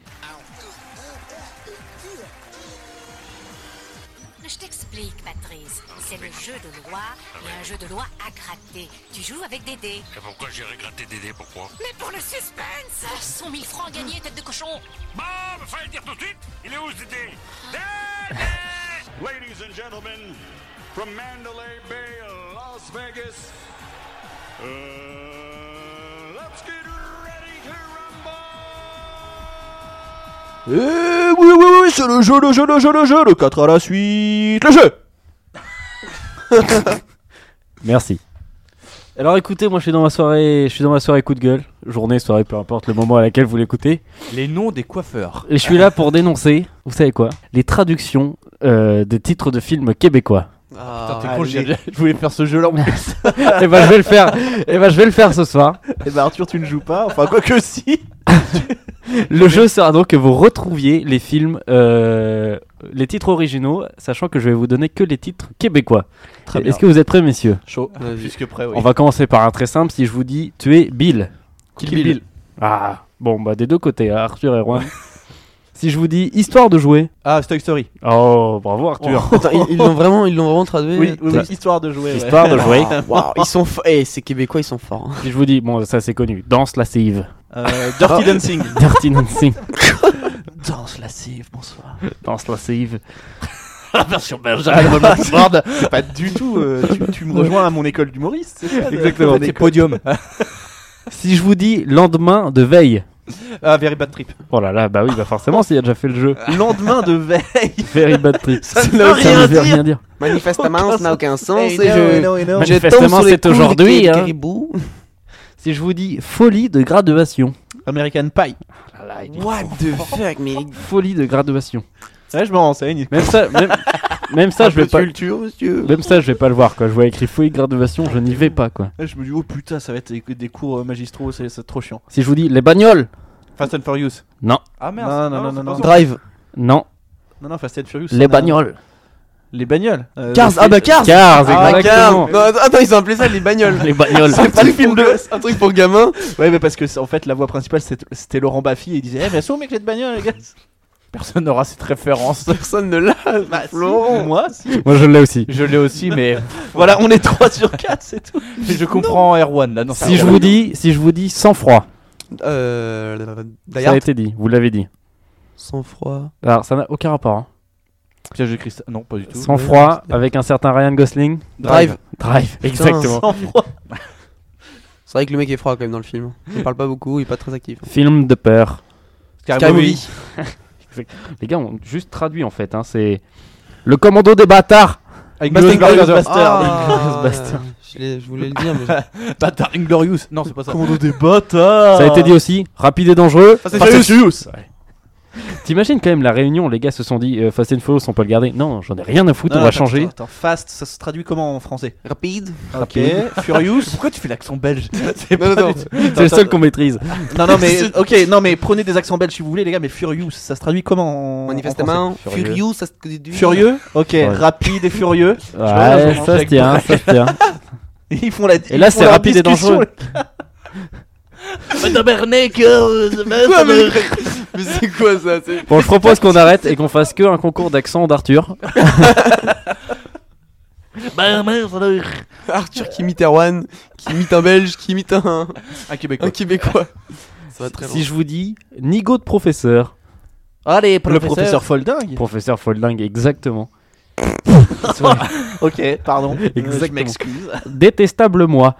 Speaker 10: Je t'explique, Patrice. C'est le jeu de loi et un jeu de loi à gratter. Tu joues avec des dés.
Speaker 6: Et pourquoi j'irai gratter Dédé Pourquoi
Speaker 10: Mais pour le suspense 100 000 francs gagnés, tête de cochon
Speaker 6: Bon, bah, fallait le dire tout de suite Il est où Dédé Ladies and gentlemen, from Mandalay Bay, Las Vegas, uh, let's get ready to
Speaker 4: Eh oui, oui, oui, c'est le jeu, le jeu, le jeu, le jeu, le 4 à la suite, le jeu
Speaker 5: Merci. Alors écoutez, moi je suis dans ma soirée, je suis dans ma soirée coup de gueule, journée, soirée, peu importe le moment à laquelle vous l'écoutez.
Speaker 3: Les noms des coiffeurs.
Speaker 5: Et je suis là pour dénoncer, vous savez quoi, les traductions euh, de titres de films québécois.
Speaker 1: Ah,
Speaker 3: T'es
Speaker 4: Ah,
Speaker 3: con,
Speaker 4: les-
Speaker 3: j'ai- je voulais faire ce jeu-là en plus.
Speaker 5: <laughs> et bah je vais le faire, et bah je vais le faire ce soir.
Speaker 4: Eh ben Arthur, tu ne joues pas, enfin quoi que <laughs> si
Speaker 5: Le jeu sera donc que vous retrouviez les films, euh, les titres originaux, sachant que je vais vous donner que les titres québécois.
Speaker 4: Très bien.
Speaker 5: Est-ce que vous êtes prêts, messieurs
Speaker 4: Chaud.
Speaker 1: vas-y.
Speaker 3: Jusque près, oui.
Speaker 5: On va commencer par un très simple. Si je vous dis tuer Bill,
Speaker 1: Kill
Speaker 5: Kill
Speaker 1: Bill.
Speaker 5: Bill. Ah, bon, bah des deux côtés, hein, Arthur et Rouen. si je vous dis histoire de jouer,
Speaker 3: Ah, Story Story.
Speaker 5: oh, bravo Arthur.
Speaker 1: Attends, ils- ils l'ont vraiment, ils l'ont vraiment traduit.
Speaker 4: Oui, oui,
Speaker 1: T'as-
Speaker 4: oui, histoire de jouer. ouais.
Speaker 5: Oh. Histoire de
Speaker 1: <laughs>
Speaker 5: jouer.
Speaker 1: Waouh, ils sont forts. Eh, ces Québécois, ils sont forts. hein.
Speaker 5: Si je vous dis, bon, ça c'est connu, danse lascive,
Speaker 4: Euh, Dirty Dancing.
Speaker 5: dirty dancing,
Speaker 4: <laughs> Danse lascive, bonsoir.
Speaker 5: danse lascive.
Speaker 4: C'est pas du tout, euh, tu, tu me rejoins à mon école d'humoriste, c'est ça, de-
Speaker 3: Exactement.
Speaker 4: de-
Speaker 3: C'est podium.
Speaker 5: Si je vous dis lendemain de veille,
Speaker 3: Ah, Very Bad Trip.
Speaker 5: Oh là là, bah oui, bah forcément, s'il a déjà fait
Speaker 1: <laughs>
Speaker 5: le jeu.
Speaker 4: <laughs> Lendemain de veille.
Speaker 5: Very bad trip.
Speaker 4: Ça ne
Speaker 5: ne
Speaker 4: veut rien
Speaker 5: veut
Speaker 4: dire.
Speaker 5: rien dire.
Speaker 1: Manifestement, ça n'a aucun sens. Eh,
Speaker 4: Hey,
Speaker 1: et
Speaker 4: no,
Speaker 1: je- je
Speaker 4: no, no.
Speaker 1: tombe
Speaker 5: Manifestement,
Speaker 1: sur les
Speaker 5: c'est
Speaker 1: coups des
Speaker 5: aujourd'hui, hein.
Speaker 1: caribous.
Speaker 5: <laughs> Si je vous dis folie de graduation.
Speaker 4: American Pie.
Speaker 1: What the fuck, mais
Speaker 5: Folie de graduation.
Speaker 4: Ouais, je me renseigne.
Speaker 5: Même ça,
Speaker 1: <laughs>
Speaker 5: même, même ça, je vais pas.
Speaker 1: culture, monsieur.
Speaker 5: Même ça, je vais pas le voir quoi. Je vois écrit folie de graduation, je n'y vais pas quoi.
Speaker 4: Je me dis, oh putain, ça va être des- des cours euh, magistraux, c'est c'est trop chiant.
Speaker 5: Si je vous dis les bagnoles.
Speaker 3: Fast and Furious.
Speaker 5: Non.
Speaker 3: Ah merde.
Speaker 4: Non, non,
Speaker 3: ah,
Speaker 4: non,
Speaker 3: c'est
Speaker 4: non,
Speaker 3: pas
Speaker 4: non.
Speaker 3: ça.
Speaker 1: Drive.
Speaker 5: Non.
Speaker 4: Non, non, Fast and Furious.
Speaker 5: Les
Speaker 4: on a-
Speaker 5: bagnoles.
Speaker 4: Les bagnoles. euh,
Speaker 1: Cars, ah bah Cars
Speaker 5: Cars,
Speaker 4: Ah,
Speaker 5: exactement.
Speaker 1: Non, attends, attends, ils ont appelé ça les bagnoles.
Speaker 5: Les
Speaker 1: <laughs>
Speaker 5: bagnoles.
Speaker 1: C'est pas le film de. Un truc pour gamin.
Speaker 4: Ouais, mais parce que c'est- en fait, la voix principale c'est- c'était Laurent Baffy et il disait Eh, mais sont mec, j'ai de bagnole, <laughs> les gars
Speaker 3: Personne n'aura cette <laughs> référence.
Speaker 1: Personne ne l'a.
Speaker 4: Bah, si,
Speaker 1: Laurent.
Speaker 4: Moi, si.
Speaker 5: Moi, je l'ai aussi.
Speaker 3: Je l'ai aussi, mais
Speaker 4: <laughs> Voilà, on est 3 sur 4, c'est tout.
Speaker 3: je comprends Erwan là. Non, ça
Speaker 5: Si je
Speaker 3: va.
Speaker 5: vous dis, si je vous dis sans froid,
Speaker 1: Euh.
Speaker 5: ça a
Speaker 1: D'ailleurs,
Speaker 5: été dit. Vous l'avez dit.
Speaker 1: sans froid.
Speaker 5: Alors, ça n'a aucun rapport. hein.
Speaker 3: Piège de cristal. Non, pas du tout.
Speaker 5: Sans froid, avec un certain Ryan Gosling.
Speaker 1: Drive.
Speaker 5: Drive. Exactement.
Speaker 1: C'est vrai que le mec est froid quand même dans le film. Il parle pas beaucoup, il est pas très actif.
Speaker 5: Film de peur.
Speaker 4: Ah
Speaker 3: Sky
Speaker 1: Sky
Speaker 3: Movie.
Speaker 1: Movie.
Speaker 5: Les gars, on juste traduit en fait. Hein, c'est le commando des bâtards.
Speaker 3: Avec
Speaker 4: Basting
Speaker 3: Glorious
Speaker 4: Glorious
Speaker 3: Bastard.
Speaker 4: <laughs>
Speaker 5: <laughs>
Speaker 1: Ah,
Speaker 5: Ghostbusters.
Speaker 1: je, l'ai- je voulais le dire, mais. j'ai-
Speaker 3: Bâtard Inglorious. Non, c'est pas ça.
Speaker 4: Commando des ah. bâtards
Speaker 5: Ça a été dit aussi. Rapide et dangereux.
Speaker 4: Ah,
Speaker 3: Fast and
Speaker 5: Fast and Furious. Ouais. T'imagines quand même la réunion, les gars se sont dit euh, Fast and Furious, on peut le garder. Non, j'en ai rien à foutre,
Speaker 4: Non,
Speaker 5: on va
Speaker 4: attends,
Speaker 5: changer.
Speaker 4: Attends, attends, fast, ça se traduit comment en français
Speaker 1: <laughs> Rapide.
Speaker 4: <laughs> Ok, Furious.
Speaker 3: Pourquoi tu fais l'accent
Speaker 5: <laughs>
Speaker 3: belge C'est
Speaker 1: Non, non, non.
Speaker 5: C'est le seul qu'on maîtrise.
Speaker 4: Non, non, mais ok, non, mais prenez des accents belges si vous voulez, les gars, mais Furious, ça se traduit comment en. en français
Speaker 1: Manifestement,
Speaker 5: Furieux.
Speaker 1: Furious, ça se. du-
Speaker 4: Furieux Ok,
Speaker 5: Ouais.
Speaker 4: rapide et furieux.
Speaker 5: Ouais,
Speaker 4: vois,
Speaker 5: ça se tient, ça se tient.
Speaker 4: <laughs> Ils font la.
Speaker 5: Et là, c'est rapide et dangereux.
Speaker 1: Quoi, Ah, mais <laughs> mais c'est quoi ça c'est-
Speaker 5: Bon, je propose qu'on arrête et qu'on fasse que un concours d'accent d'Arthur.
Speaker 1: Arthur qui imite Erwan, qui imite un Belge, qui imite un,
Speaker 3: Un
Speaker 1: un
Speaker 3: Québécois.
Speaker 1: Québécois. Ça va très loin.
Speaker 5: Si je vous dis Nigo de professeur.
Speaker 4: Allez, le
Speaker 5: professeur.
Speaker 4: professeur Folding.
Speaker 5: Professeur Folding, exactement.
Speaker 4: Ok, pardon. Euh, Je
Speaker 5: Exactement.
Speaker 4: m'excuse.
Speaker 5: Détestable moi.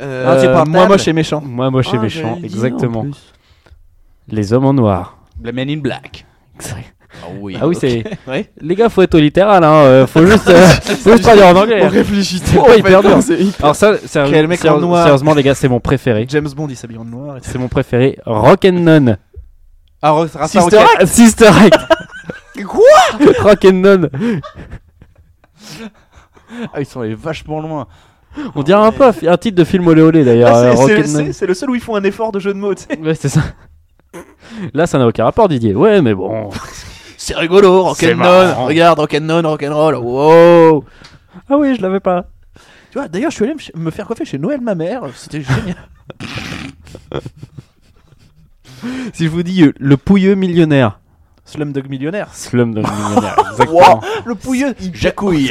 Speaker 1: Euh,
Speaker 4: Ah, c'est pas
Speaker 5: Euh,
Speaker 4: moi moche et méchant.
Speaker 5: Moi moche et
Speaker 1: ah,
Speaker 5: méchant,
Speaker 1: j'allais le dire, en
Speaker 5: exactement.
Speaker 1: plus.
Speaker 5: Les hommes en noir.
Speaker 3: Le Man in Black. Ah oui.
Speaker 5: Ah oui, c'est.
Speaker 4: Ouais.
Speaker 5: Les gars, faut être au littéral, hein. euh, faut juste, euh, faut juste traduire en
Speaker 4: <laughs>
Speaker 5: anglais.
Speaker 1: On
Speaker 5: <laughs>
Speaker 1: réfléchit
Speaker 5: Oh, hyper dur.
Speaker 1: C'est hyper-
Speaker 5: Alors ça, sérieux-
Speaker 4: Quel mec en
Speaker 5: sérieux-
Speaker 4: noir.
Speaker 5: sérieusement, les gars, c'est mon
Speaker 4: <laughs>
Speaker 5: préféré.
Speaker 4: James Bond, il s'habille en noir. et
Speaker 5: <laughs>
Speaker 4: tout.
Speaker 5: C'est mon préféré. Rock and None.
Speaker 3: Ah, Ross- Rafa
Speaker 5: Sister
Speaker 3: Rocket.
Speaker 5: Act. Sister Act. Quoi <laughs> Rock and None.
Speaker 3: Ah, ils sont allés vachement loin.
Speaker 5: On dirait un peu un titre de film olé olé d'ailleurs.
Speaker 4: Ah,
Speaker 5: euh,
Speaker 4: c'est-
Speaker 5: Rock
Speaker 4: c'est-
Speaker 5: and
Speaker 4: c'est-
Speaker 5: None.
Speaker 4: C'est le seul où ils font un effort de jeu de mots, tu sais.
Speaker 5: Ouais, c'est ça. Là, ça n'a aucun rapport, Didier. Ouais, mais bon.
Speaker 4: C'est rigolo,
Speaker 5: C'est marrant.
Speaker 4: Regarde, rock'n'roll, rock'n'roll. Wow.
Speaker 5: Ah oui, je l'avais pas.
Speaker 4: Tu vois, d'ailleurs, je suis allé me ch- me faire coiffer chez Noël, ma mère. <laughs> C'était génial.
Speaker 5: Si je vous dis euh, le pouilleux millionnaire.
Speaker 4: Slumdog millionnaire.
Speaker 5: Slumdog millionnaire. Exactement.
Speaker 4: Le pouilleux.
Speaker 3: Jacouille.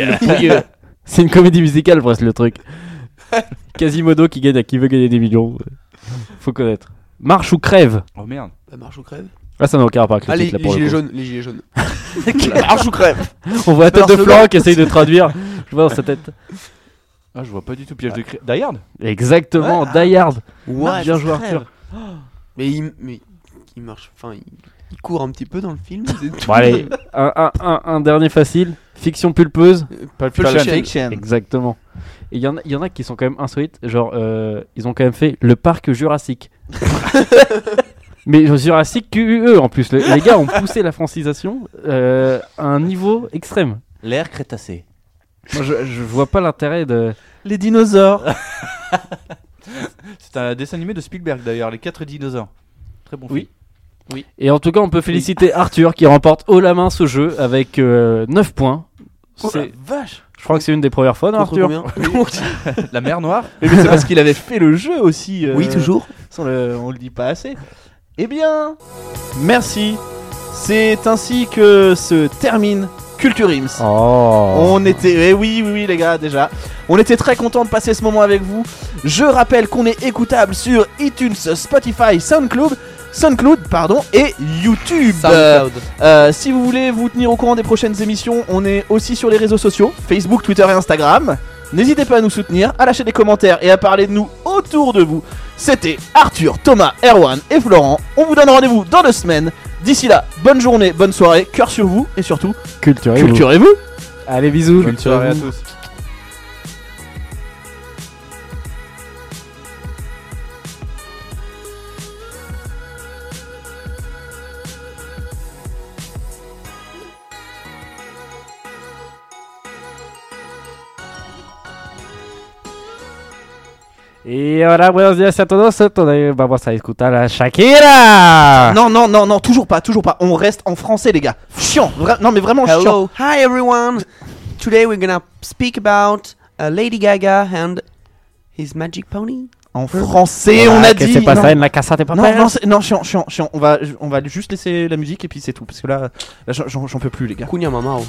Speaker 5: <laughs> C'est une comédie musicale, presque le truc. Quasimodo qui gagne à qui veut gagner des millions. Faut connaître. Marche ou crève.
Speaker 3: Oh merde.
Speaker 1: Bah, marche ou crève.
Speaker 5: Là, ça n'a aucun rapport avec le
Speaker 1: Allez,
Speaker 5: titre, là,
Speaker 1: les
Speaker 5: pour le
Speaker 1: gilets
Speaker 5: coup.
Speaker 1: jaunes, les gilets
Speaker 4: <laughs>
Speaker 1: jaunes. marche ou crève.
Speaker 5: On voit la tête de
Speaker 1: Barcelone.
Speaker 5: Florent qui essaye de traduire. Je vois dans sa tête.
Speaker 3: Ah, je vois pas du tout piège de cristal. Dayard
Speaker 5: Exactement, Die Hard. Bien joué, Arthur.
Speaker 1: Mais il, mais il marche, enfin, il, il court un petit peu dans le film. c'est tout.
Speaker 5: Bon, allez, un, un- un- un dernier facile. Fiction pulpeuse.
Speaker 1: Euh, Pulp
Speaker 3: Fiction.
Speaker 1: Fiction.
Speaker 5: Exactement. Et il y, en a- il y en a qui sont quand même insolites. Genre, euh, ils ont quand même fait le
Speaker 1: <laughs>
Speaker 5: parc Jurassique. Mais Jurassic QUE en plus. Le- les gars ont poussé la francisation euh, à un niveau extrême.
Speaker 3: L'air crétacé.
Speaker 5: Moi, je, je vois pas l'intérêt de.
Speaker 4: Les dinosaures.
Speaker 3: <laughs> C'est un dessin animé de Spielberg d'ailleurs, Les 4 dinosaures. Très bon
Speaker 5: Oui.
Speaker 3: film.
Speaker 5: Et en tout cas, on peut féliciter Arthur qui remporte haut la main ce jeu avec euh, 9 points.
Speaker 4: Oh,
Speaker 5: C'est-
Speaker 3: vache
Speaker 5: Je crois que c'est une des premières fois, non,
Speaker 1: Contre
Speaker 5: Arthur
Speaker 1: combien
Speaker 3: La mer <laughs> noire
Speaker 4: Mais c'est parce qu'il avait fait le jeu aussi. euh,
Speaker 1: Oui, toujours.
Speaker 4: sans le- on le dit pas assez. Eh bien, merci. C'est ainsi que se termine Culture Ims.
Speaker 5: Oh
Speaker 4: On était, eh oui, oui, oui, les gars, déjà. On était très contents de passer ce moment avec vous. Je rappelle qu'on est écoutable sur iTunes, Spotify, SoundCloud, SoundCloud, pardon, et YouTube.
Speaker 1: SoundCloud.
Speaker 4: Euh, si vous voulez vous tenir au courant des prochaines émissions, on est aussi sur les réseaux sociaux, Facebook, Twitter et Instagram. N'hésitez pas à nous soutenir, à lâcher des commentaires et à parler de nous autour de vous. C'était Arthur, Thomas, Erwan et Florent. On vous donne rendez-vous dans deux semaines. D'ici là, bonne journée, bonne soirée, cœur sur vous et surtout,
Speaker 5: Culturez-vous.
Speaker 4: culturez-vous
Speaker 5: Allez, bisous.
Speaker 3: Bonne soirée à tous.
Speaker 5: Y ahora, buenos días a todos. Todavía vamos a escuchar a Shakira.
Speaker 4: Non, non, non, non, toujours pas, toujours pas. On reste en français, les gars. Chiant, vra- non, mais vraiment chiant.
Speaker 1: Hello, hi everyone. Today we're gonna speak about uh, Lady Gaga and his magic pony.
Speaker 4: En français, on
Speaker 5: Voilà,
Speaker 4: a
Speaker 5: que
Speaker 4: dit.
Speaker 5: se pasa
Speaker 4: non.
Speaker 5: en la casa de papel.
Speaker 4: Non, non, c'est- non, chiant, chiant, chiant. On va, on va juste laisser la musique et puis c'est tout. Parce que là, là, j'en- j'en j'en peux plus, les gars.
Speaker 1: Kunya Mamao.